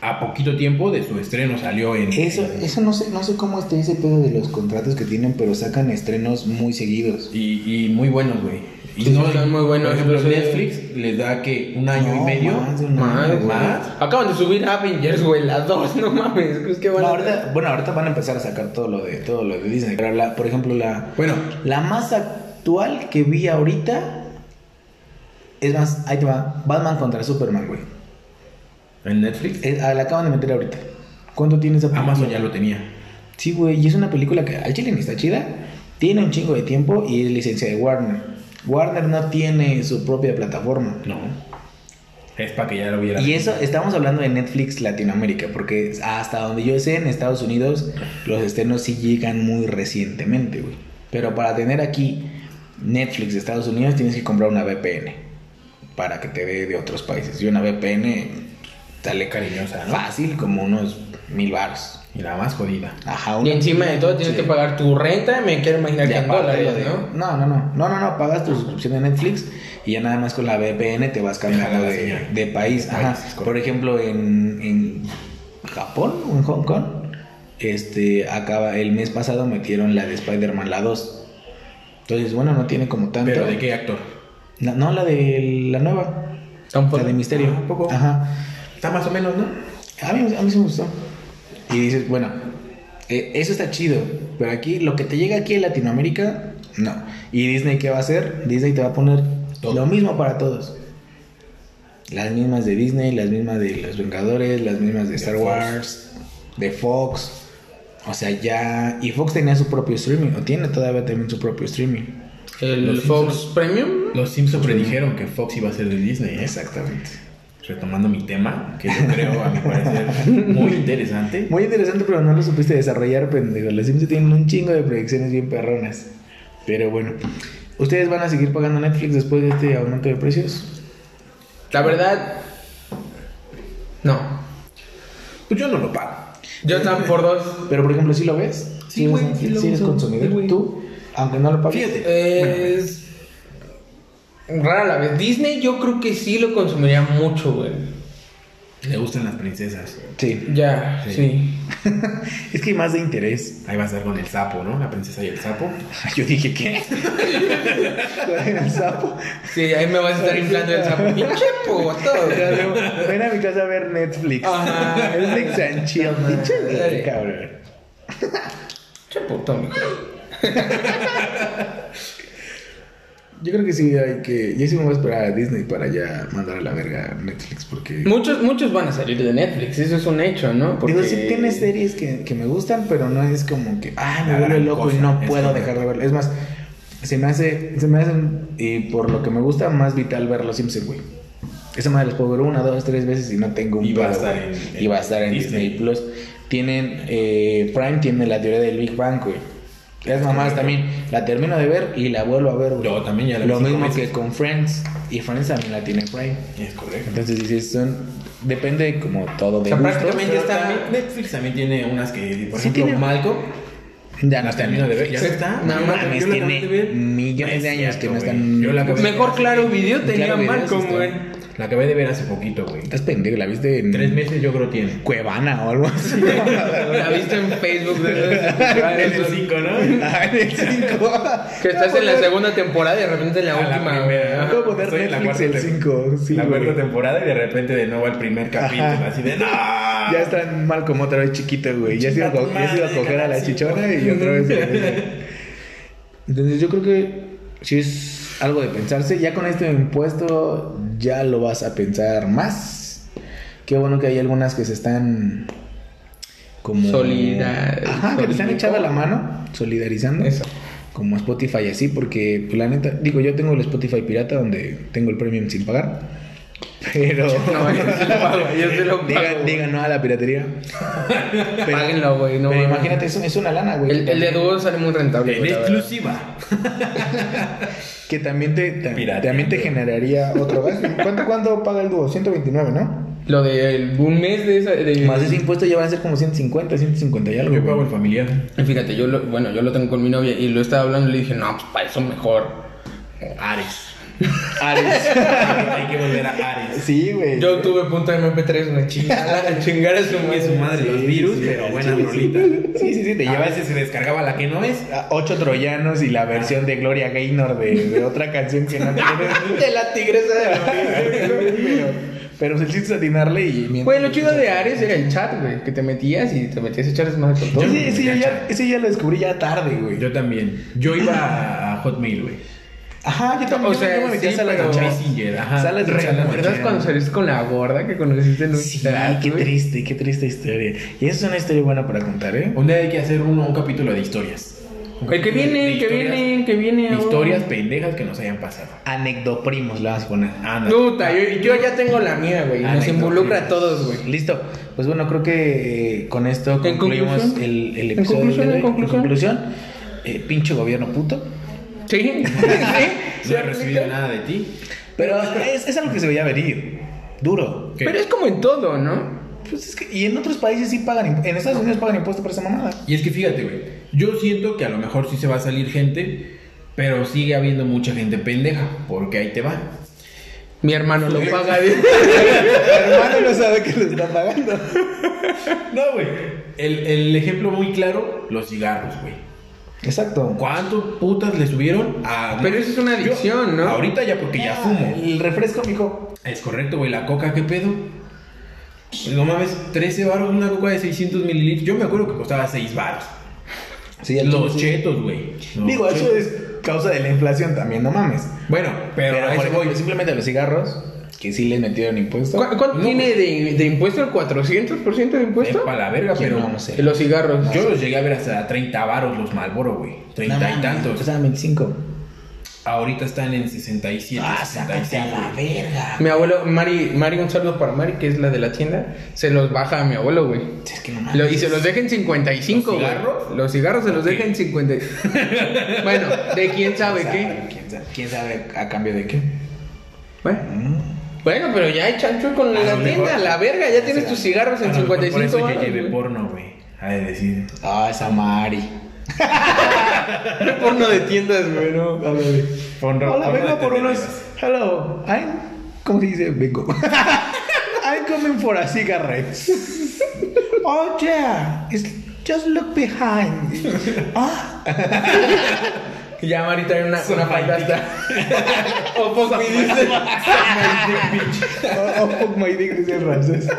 Speaker 3: A poquito tiempo de su estreno salió en...
Speaker 2: Eso,
Speaker 3: en-
Speaker 2: eso no sé, no sé cómo está ese pedo de los contratos que tienen, pero sacan estrenos muy seguidos.
Speaker 3: Y, y muy buenos, güey. Y
Speaker 1: Sí, están muy buenos.
Speaker 3: Por ejemplo,
Speaker 1: Los de-
Speaker 3: Netflix les da que un año
Speaker 2: No,
Speaker 3: y medio.
Speaker 2: más de un
Speaker 3: Ah,
Speaker 2: año,
Speaker 1: Más,
Speaker 2: güey.
Speaker 3: más.
Speaker 1: Acaban de subir Avengers, güey, las dos, no mames. Es que van
Speaker 2: Bueno,
Speaker 1: a-
Speaker 2: ahorita, bueno, ahorita van a empezar a sacar todo lo de todo lo de Disney. Pero la- por ejemplo, la,
Speaker 3: Bueno,
Speaker 2: La más actual que vi ahorita. Es más, ahí te va. Batman contra Superman, güey.
Speaker 3: en Netflix.
Speaker 2: Es- ah, la acaban de meter ahorita. ¿Cuánto tiene esa película?
Speaker 3: Amazon ya lo tenía.
Speaker 2: Sí, güey. Y es una película que al chile ni está chida. Tiene un chingo de tiempo y es licencia de Warner. Warner no tiene su propia plataforma.
Speaker 3: No. Es para que ya lo viera.
Speaker 2: Y eso, estamos hablando de Netflix Latinoamérica, porque hasta donde yo sé, en Estados Unidos, los estrenos sí llegan muy recientemente, güey. Pero para tener aquí Netflix de Estados Unidos, tienes que comprar una VPN para que te dé de otros países. Y una VPN sale
Speaker 3: Cariñosa, ¿no?
Speaker 2: fácil, como unos mil baros.
Speaker 3: Y la más jodida.
Speaker 2: Ajá,
Speaker 1: Y
Speaker 2: una-
Speaker 1: encima de todo tienes
Speaker 2: Sí.
Speaker 1: que pagar tu renta, me quiero imaginar
Speaker 2: Y
Speaker 1: que en
Speaker 2: aparte lo
Speaker 1: dólares,
Speaker 2: de-
Speaker 1: ¿no?
Speaker 2: No, no, no, no, no, no, pagas tu suscripción de Netflix y ya nada más con la VPN te vas cambiando
Speaker 3: jala la
Speaker 2: de,
Speaker 3: señal.
Speaker 2: de país.
Speaker 3: De
Speaker 2: Ajá.
Speaker 3: país, correcto.
Speaker 2: Por ejemplo, en, en Japón o en Hong Kong, este, acaba, el mes pasado metieron la de Spider-Man, la 2. Entonces, bueno, no tiene como tanto.
Speaker 3: ¿Pero de qué actor?
Speaker 2: La- no, la de la nueva,
Speaker 1: Tampoco.
Speaker 2: la de Misterio.
Speaker 3: Ah, ¿a poco?
Speaker 2: Ajá.
Speaker 3: Está más o menos, ¿no?
Speaker 2: A mí, a mí sí me gustó. Y dices, bueno, eh, eso está chido, pero aquí lo que te llega aquí en Latinoamérica, no. ¿Y Disney qué va a hacer? Disney te va a poner
Speaker 3: Todo.
Speaker 2: lo mismo para todos. Las mismas de Disney, las mismas de Los Vengadores, las mismas de Star
Speaker 3: Fox.
Speaker 2: Wars, de Fox. O sea, ya... Y Fox tenía su propio streaming, o tiene todavía también su propio streaming.
Speaker 1: El
Speaker 3: Los
Speaker 1: Fox Premium.
Speaker 3: Los Simpsons predijeron que Fox iba a ser de Disney, ¿eh?
Speaker 2: Exactamente.
Speaker 3: Retomando mi tema, que yo creo, a mi parecer, muy interesante.
Speaker 2: Muy interesante, pero no lo supiste desarrollar, pendejo. Los Simpsons tienen un chingo de proyecciones bien perronas. Pero bueno, ¿ustedes van a seguir pagando Netflix después de este aumento de precios?
Speaker 1: La verdad, no.
Speaker 3: Pues yo no lo pago.
Speaker 1: Yo estaba por dos.
Speaker 2: Pero por ejemplo, si lo ves?
Speaker 3: Sí, güey, sí lo
Speaker 2: ¿Sí eres
Speaker 3: uso.
Speaker 2: consumidor?
Speaker 3: Sí, güey.
Speaker 2: ¿Tú? Aunque no lo pagues.
Speaker 3: Fíjate. eh,
Speaker 1: Es rara la vez. Disney yo creo que sí lo consumiría mucho, güey.
Speaker 3: Le gustan las princesas.
Speaker 2: Sí.
Speaker 1: Ya,
Speaker 3: Sí.
Speaker 1: sí.
Speaker 2: Es que hay más de interés.
Speaker 3: Ahí va a estar con el sapo, ¿no? La princesa y el sapo.
Speaker 2: Yo dije, ¿qué? Joder, el sapo.
Speaker 1: Sí, ahí me vas a estar inflando el sapo. Pinche poto,
Speaker 2: Ya
Speaker 1: güey.
Speaker 2: luego, Ven a mi casa a ver Netflix.
Speaker 1: Ajá.
Speaker 2: Netflix and chill.
Speaker 1: Ajá.
Speaker 2: Pinche de- cabrón.
Speaker 1: Pinche puto, mijo.
Speaker 2: Yo creo que sí hay que. Yo sí me voy a esperar a Disney para ya mandar a la verga a Netflix porque.
Speaker 1: Muchos, muchos van a salir de Netflix, eso es un hecho, ¿no?
Speaker 2: Digo, sí tiene series que, que me gustan, pero no es como que, ah, me
Speaker 3: La
Speaker 2: vuelve
Speaker 3: gran
Speaker 2: loco y
Speaker 3: cosa,
Speaker 2: no
Speaker 3: es
Speaker 2: puedo
Speaker 3: correcto.
Speaker 2: dejar de verlo. Es más, se me hace, se me hacen, y por lo que me gusta, más vital ver los Simpsons, güey. Esa madre los puedo ver una, dos, tres veces y no tengo un
Speaker 3: Y va a
Speaker 2: pedo,
Speaker 3: estar
Speaker 2: güey.
Speaker 3: en-
Speaker 2: Y va a estar en
Speaker 3: Disney.
Speaker 2: Disney, Plus. Tienen, eh, Prime tiene la teoría del Big Bang, güey. Las mamás también, la termino de ver y la vuelvo a ver, güey.
Speaker 3: Yo también ya la vi
Speaker 2: Lo
Speaker 3: cinco
Speaker 2: mismo
Speaker 3: veces.
Speaker 2: que con Friends, y Friends también la tiene Prime.
Speaker 3: Es correcto.
Speaker 2: Entonces dices, son, depende como todo de
Speaker 1: sea,
Speaker 2: gustos.
Speaker 1: prácticamente
Speaker 3: Pero
Speaker 1: ya está-
Speaker 3: también Netflix también tiene unas que, por
Speaker 2: Sí
Speaker 3: ejemplo,
Speaker 2: tiene.
Speaker 3: Malcolm.
Speaker 2: Ya
Speaker 3: La termino de ver. Ya está.
Speaker 1: No
Speaker 3: Yo la-
Speaker 2: mames,
Speaker 3: yo la
Speaker 2: tiene
Speaker 3: acabé de ver.
Speaker 2: millones
Speaker 3: No es
Speaker 2: de años que
Speaker 3: cierto,
Speaker 2: no
Speaker 3: güey.
Speaker 2: están-
Speaker 3: Yo la acabé de
Speaker 1: Mejor Claro Video tenía
Speaker 2: Claro, videos
Speaker 1: Malcolm,
Speaker 2: está-
Speaker 1: güey.
Speaker 3: La acabé de ver hace poquito, güey.
Speaker 2: Estás pendejo, la viste en
Speaker 3: Tres meses yo creo tiene.
Speaker 2: Cuevana o algo así.
Speaker 1: La viste en Facebook de
Speaker 3: En el cinco, ¿no?
Speaker 2: Ah, en el cinco.
Speaker 1: Que estás en la segunda temporada y de repente en pues, la
Speaker 3: A la
Speaker 1: última.
Speaker 3: primera, ¿no?
Speaker 2: Voy a poner
Speaker 3: Estoy en la
Speaker 2: Netflix
Speaker 3: cuarta
Speaker 2: el
Speaker 3: tem-
Speaker 2: cinco, sí,
Speaker 3: la cuarta
Speaker 2: güey.
Speaker 3: temporada y de repente de nuevo al primer capítulo.
Speaker 2: Ajá.
Speaker 3: Así de ¡No!
Speaker 2: Ya está mal como otra vez chiquita, güey. Ya se iba a, co- ya se iba a coger a la chichona y otra vez. güey. Entonces yo creo que si es algo de pensarse, ya con este impuesto ya lo vas a pensar más. Qué bueno que hay algunas que se están como
Speaker 1: Solidar-
Speaker 2: Ajá, que te están
Speaker 1: solidarizando.
Speaker 2: echando la mano, solidarizando.
Speaker 1: Eso.
Speaker 2: Como Spotify y así, porque pues, la neta, digo, yo tengo el Spotify pirata donde tengo el premium sin pagar. Pero
Speaker 1: No, yo sí lo pago, yo sí lo pago.
Speaker 2: Digan, digan no a la piratería. Pero-
Speaker 1: Páguenlo, güey, no
Speaker 2: pero
Speaker 1: mames.
Speaker 2: imagínate, es, es una lana, güey.
Speaker 1: El, el de Duo sale muy rentable.
Speaker 3: En
Speaker 1: güey, la verdad.
Speaker 3: exclusiva.
Speaker 2: Que también te, ta-
Speaker 3: Pirateando.
Speaker 2: también te generaría otro gasto. ¿Cuánto, cuánto paga el dúo? 129, ¿no?
Speaker 1: Lo de el- un mes de esa. de-
Speaker 2: Más ese impuesto ya van a ser como 150, 150 y algo.
Speaker 3: Yo pago el
Speaker 2: güey.
Speaker 3: familiar.
Speaker 1: Y Fíjate, yo lo, bueno, yo lo tengo con mi novia y lo estaba hablando y le dije, no, pues para eso mejor.
Speaker 3: Ares.
Speaker 2: Ares.
Speaker 3: Hay que volver a Ares.
Speaker 2: Sí, güey.
Speaker 1: Yo tuve punto MP3, una chingada, a chingar a su
Speaker 3: Es su
Speaker 1: madre.
Speaker 3: madre los
Speaker 2: Sí,
Speaker 3: virus,
Speaker 2: sí,
Speaker 3: pero
Speaker 2: al
Speaker 3: buena
Speaker 2: chile, sí.
Speaker 3: rolita.
Speaker 2: Sí, sí, sí,
Speaker 1: Ah.
Speaker 2: te
Speaker 3: A
Speaker 2: llevas
Speaker 3: veces se descargaba la que no es.
Speaker 2: a ocho troyanos y la versión de Gloria Gaynor de, de otra canción que no tiene.
Speaker 1: De la tigresa de la
Speaker 2: pero, pero pues el chiste es atinarle y mientras-
Speaker 1: Güey, lo chido de Ares era el chat, güey, que te metías y te metías a echar más con todo.
Speaker 2: Ese- ese ya- ya- ese ya lo descubrí ya tarde, güey.
Speaker 3: Yo también. Yo iba a Hotmail, güey.
Speaker 2: Ajá, yo también.
Speaker 1: O
Speaker 2: yo-
Speaker 1: sea,
Speaker 2: yo me metí a
Speaker 1: sí,
Speaker 2: salas de
Speaker 1: pero-
Speaker 2: chat.
Speaker 3: Messenger, ajá.
Speaker 2: Salas de
Speaker 3: Re-
Speaker 2: chat.
Speaker 1: ¿Recuerdas cuando saliste con la gorda que conociste en un
Speaker 2: Sí,
Speaker 1: chat,
Speaker 2: qué
Speaker 1: güey?
Speaker 2: triste, qué triste historia. Y esa es una historia buena para contar, ¿eh?
Speaker 3: Un día hay que hacer uno, un capítulo de historias. Un
Speaker 1: El que
Speaker 3: capítulo de
Speaker 1: viene, el que
Speaker 3: historias-
Speaker 1: viene, el que viene. oh. güey.
Speaker 3: Historias pendejas que nos hayan pasado.
Speaker 2: Anecdoprimos, la vas a poner. Ah,
Speaker 3: Anda.
Speaker 1: Puta, yo, yo ya tengo la mía, güey.
Speaker 3: Ah,
Speaker 1: Nos
Speaker 2: Anécdotas.
Speaker 1: involucra a todos, güey.
Speaker 2: Listo. Pues bueno, creo que eh, con esto
Speaker 1: En
Speaker 2: concluimos
Speaker 1: conclusión.
Speaker 2: el, el
Speaker 1: En
Speaker 2: episodio.
Speaker 1: conclusión,
Speaker 2: de hoy.
Speaker 1: en conclusión.
Speaker 2: conclusión, eh, pinche gobierno puto.
Speaker 1: ¿Sí? ¿Sí?
Speaker 3: No he recibido nada de ti.
Speaker 2: Pero es, es algo que se veía venir. Duro.
Speaker 3: ¿Qué?
Speaker 1: Pero es como en todo, ¿no?
Speaker 2: Pues es que, y en otros países sí pagan. imp- En Estados Unidos pagan impuestos por esa mamada.
Speaker 3: Y es que fíjate, güey. Yo siento que a lo mejor sí se va a salir gente, pero sigue habiendo mucha gente pendeja, porque ahí te va.
Speaker 1: Mi hermano lo paga.
Speaker 2: Mi hermano no sabe que lo está pagando.
Speaker 3: No, güey. El, el ejemplo muy claro, los cigarros, güey.
Speaker 2: Exacto.
Speaker 3: ¿Cuántos putas le subieron a...
Speaker 1: Pero eso es una
Speaker 3: Yo-
Speaker 1: adicción, ¿no?
Speaker 3: Ahorita ya porque ya fumo.
Speaker 2: El refresco, mijo.
Speaker 3: Es correcto, güey. La coca, ¿qué pedo? No mames, 13 baros, una coca de 600 mililitros. Yo me acuerdo que costaba 6 baros.
Speaker 2: Sí,
Speaker 3: Los chetos, güey. Los
Speaker 2: Digo, eso
Speaker 3: chetos.
Speaker 2: es causa de la inflación también, no mames.
Speaker 3: Bueno, pero,
Speaker 2: Pero,
Speaker 3: a
Speaker 2: por
Speaker 3: eso voy.
Speaker 2: ejemplo, simplemente los cigarros, que sí les metieron impuesto.
Speaker 1: ¿Cu- ¿Cuánto
Speaker 3: No,
Speaker 1: tiene de, de impuesto? ¿El 400% de impuesto?
Speaker 3: Es para la verga,
Speaker 2: ¿Quién
Speaker 3: pero...
Speaker 2: no? No sé.
Speaker 1: Y Los cigarros.
Speaker 3: Yo los llegué a ver hasta 30 varos los Malboro, güey. 30
Speaker 2: No
Speaker 3: y
Speaker 2: mames,
Speaker 3: tantos.
Speaker 2: Estaban 25.
Speaker 3: Ahorita están en 67,
Speaker 2: Ah, sácate a
Speaker 3: 65.
Speaker 2: la
Speaker 3: güey.
Speaker 2: verga.
Speaker 1: Mi abuelo, Mari, Mari, un saludo para Mari, que es la de la tienda, se los baja a mi abuelo, güey.
Speaker 2: Es que no mames.
Speaker 1: Lo- y se los deja en 55,
Speaker 3: ¿Los
Speaker 1: güey.
Speaker 3: cigarros?
Speaker 1: Los cigarros se los
Speaker 3: Ok.
Speaker 1: deja en 50. bueno, de quién sabe qué.
Speaker 2: ¿Quién sabe, quién sabe a cambio de qué? Mm.
Speaker 1: Bueno, bueno, pero ya hay chancho con
Speaker 3: A
Speaker 1: la
Speaker 3: lo
Speaker 1: tienda,
Speaker 3: mejor-
Speaker 1: la verga, ya tienes tus cigarros en
Speaker 3: A lo mejor
Speaker 1: 55.
Speaker 3: Por eso
Speaker 1: varos,
Speaker 3: yo llevé
Speaker 1: güey.
Speaker 3: porno, güey. A decir.
Speaker 2: Ah, esa Mari.
Speaker 1: porno de tiendas, güey, no.
Speaker 3: Porno,
Speaker 2: Hola,
Speaker 3: porno de
Speaker 2: vengo por unos.
Speaker 3: telenovelas.
Speaker 2: Hello, I'm. ¿Cómo se dice? Vengo. I'm coming for a cigarette. Oh, yeah. It's just look behind. Ah.
Speaker 1: Que ya Mari trae una, una
Speaker 3: Son
Speaker 1: falda hasta- o poco, y dice.
Speaker 2: Oh, oh, fuck my dick, dice el francés.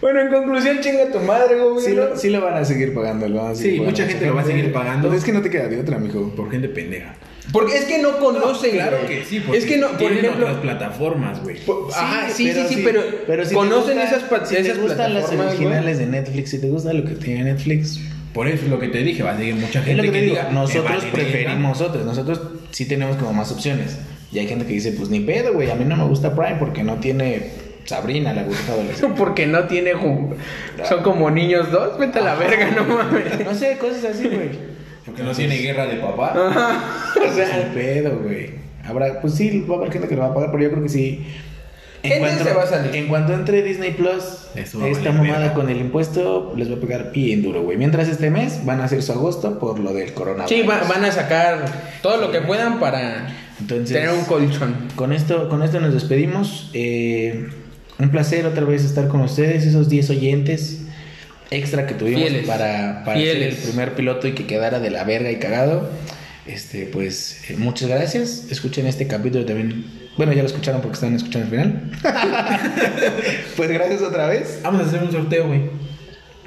Speaker 1: Bueno, en conclusión, chinga tu madre, güey.
Speaker 2: Sí,
Speaker 1: ¿no?
Speaker 2: lo, sí lo van a seguir pagando. lo van a seguir
Speaker 3: Sí,
Speaker 2: pagando.
Speaker 3: mucha gente lo va a seguir pagando.
Speaker 2: Pues Es que no te queda de otra, mijo.
Speaker 3: Por gente pendeja.
Speaker 1: Porque es que no conocen.
Speaker 3: Claro
Speaker 1: güey.
Speaker 3: que sí, porque
Speaker 1: Es que no, por
Speaker 3: tienen
Speaker 1: ejemplo.
Speaker 3: otras plataformas, güey.
Speaker 1: por- ajá, sí, sí,
Speaker 2: pero
Speaker 1: sí,
Speaker 2: si-
Speaker 1: pero,
Speaker 2: si te
Speaker 1: conocen
Speaker 2: gusta-
Speaker 1: esas, pla-
Speaker 2: si
Speaker 1: esas
Speaker 2: te gustan las
Speaker 1: plataformas, güey.
Speaker 2: originales de Netflix, si te gusta lo que tiene Netflix,
Speaker 3: Por eso es lo que te dije, va a seguir mucha gente
Speaker 2: es lo que te digo.
Speaker 3: diga, "Me
Speaker 2: Nosotros
Speaker 3: vale verga".
Speaker 2: preferimos otras. Nosotros sí tenemos como más opciones. Y hay gente que dice, pues ni pedo, güey. A mí no me gusta Prime porque no tiene Sabrina, la gusta adolescente.
Speaker 1: Porque no tiene ju- Son como niños dos, vete a la verga, no mames.
Speaker 2: No sé, cosas así, güey.
Speaker 3: Porque no tiene guerra de papá.
Speaker 1: Ajá. O sea,
Speaker 2: pues Ni pedo, güey. Habrá, pues sí, va a haber gente que lo va a pagar, pero yo creo que sí. En cuanto,
Speaker 1: se va a salir.
Speaker 2: en cuanto entre Disney Plus,
Speaker 3: Eso va a
Speaker 2: esta
Speaker 3: valer
Speaker 2: mamada
Speaker 3: verga.
Speaker 2: con el impuesto les va a pegar bien duro, güey. Mientras este mes van a hacer su agosto por lo del coronavirus.
Speaker 1: Sí, va- van a sacar todo lo que puedan para
Speaker 2: Entonces,
Speaker 1: tener un colchón.
Speaker 2: con esto, con esto nos despedimos. Eh, un placer otra vez estar con ustedes, esos 10 oyentes extra que tuvimos
Speaker 1: Fieles.
Speaker 2: para, para ser el
Speaker 1: Fieles.
Speaker 2: primer piloto y que quedara de la verga y cagado. Este, pues eh, muchas gracias. Escuchen este capítulo también. Bueno, ya lo escucharon porque están escuchando el final. pues gracias otra vez.
Speaker 3: Vamos a hacer un sorteo, güey.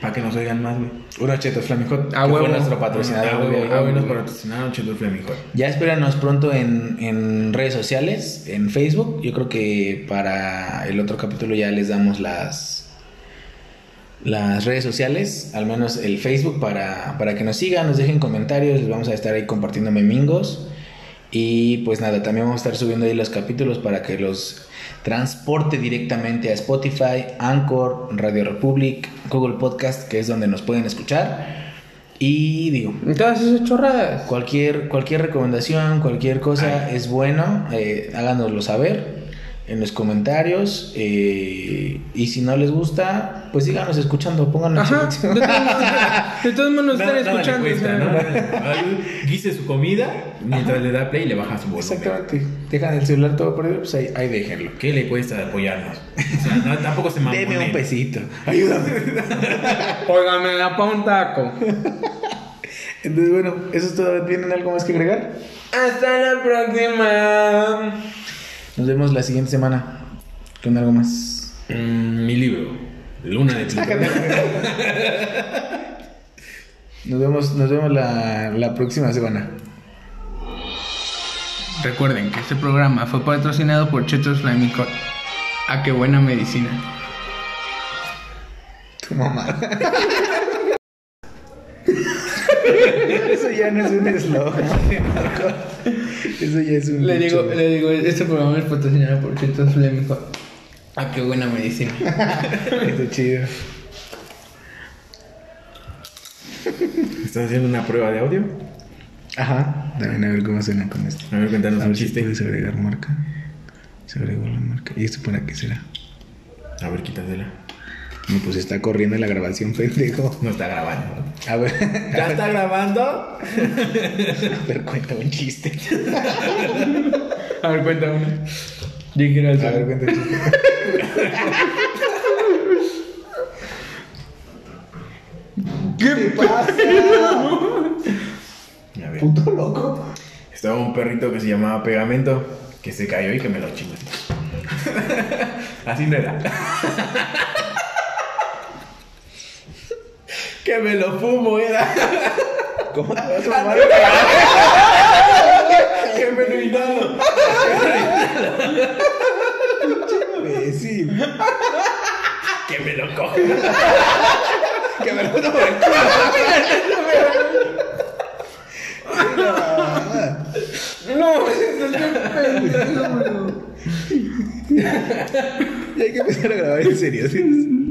Speaker 3: Para que nos oigan más, güey.
Speaker 2: Unos chetos flamijot.
Speaker 1: A
Speaker 2: que fue
Speaker 1: huevo.
Speaker 2: nuestro
Speaker 3: Ah,
Speaker 2: patrocinador.
Speaker 3: güey,
Speaker 2: güey.
Speaker 3: ah, güey, nos patrocinaron Chetos Flamijón.
Speaker 2: Ya espéranos pronto en, en redes sociales, en Facebook. Yo creo que para el otro capítulo ya les damos las las redes sociales, al menos el Facebook para, para que nos sigan, nos dejen comentarios, les vamos a estar ahí compartiendo memingos. Y pues nada, también vamos a estar subiendo ahí los capítulos para que los transporte directamente a Spotify, Anchor, Radio Republic, Google Podcast, que es donde nos pueden escuchar. Y digo,
Speaker 1: Y Todas esas chorradas.
Speaker 2: Cualquier, cualquier recomendación, cualquier cosa es bueno, eh, háganoslo saber en los comentarios. eh, y si no les gusta, pues síganos escuchando, pónganos.
Speaker 1: Ajá. De todos modos- De todos modos nos están
Speaker 3: Nada- nada le
Speaker 1: escuchando. o
Speaker 3: cuesta,
Speaker 1: sea,
Speaker 3: ¿no? Ahí Guise su comida mientras le da play y le baja su volumen.
Speaker 2: Exactamente. Dejan el celular todo perdido, pues ahí, ahí déjenlo.
Speaker 3: ¿Qué le cuesta apoyarnos? O sea, no- tampoco se mamonen.
Speaker 2: Deme un pesito, ayúdame.
Speaker 1: Oigan, me da pa' un taco.
Speaker 2: Entonces, bueno, eso es todo. ¿Tienen algo más que agregar?
Speaker 1: Hasta la próxima.
Speaker 2: Nos vemos la siguiente semana con algo más.
Speaker 3: Mm, mi libro, Luna de Plutón.
Speaker 2: Nos vemos, nos vemos la, la próxima semana.
Speaker 1: Recuerden que este programa fue patrocinado por Chetos Flaming Hot. Ah, qué buena medicina.
Speaker 2: Tu mamá. Eso ya no es un eslogan, Marco. Eso ya es un.
Speaker 1: Le
Speaker 2: dicho.
Speaker 1: digo, le digo, este programa es patrocinado por Chetos Flaming Hot. Ah, qué buena medicina.
Speaker 2: Está chido.
Speaker 3: ¿Estás haciendo una prueba de audio?
Speaker 2: Ajá. También a ver cómo suena con esto.
Speaker 3: A ver, cuéntanos
Speaker 2: A
Speaker 3: un
Speaker 2: ver si
Speaker 3: chiste.
Speaker 2: puedes agregar marca. Se agregó la marca. ¿Y esto para qué será?
Speaker 3: A ver, quítatela.
Speaker 2: No, pues está corriendo la grabación, pendejo.
Speaker 3: No está grabando.
Speaker 2: A ver.
Speaker 3: ¿Ya está grabando?
Speaker 2: A ver, cuenta un chiste.
Speaker 1: A ver, cuenta uno. Yo quiero
Speaker 2: A ver,
Speaker 1: hacer.
Speaker 2: cuenta un chiste.
Speaker 1: ¿Qué pasa?
Speaker 3: A ver.
Speaker 2: Puto loco.
Speaker 3: Estaba un perrito que se llamaba Pegamento, que se cayó y que me lo chingó. Así no era. que me lo fumo era.
Speaker 2: ¿Cómo te vas a mamar? a
Speaker 3: que me lo inhalo.
Speaker 2: imbécil?
Speaker 3: que me lo coge.
Speaker 2: Que me lo meto por el culo.
Speaker 1: No, eso es bien pendejo, bro.
Speaker 2: Ya hay que empezar a grabar en serio. ¿sí?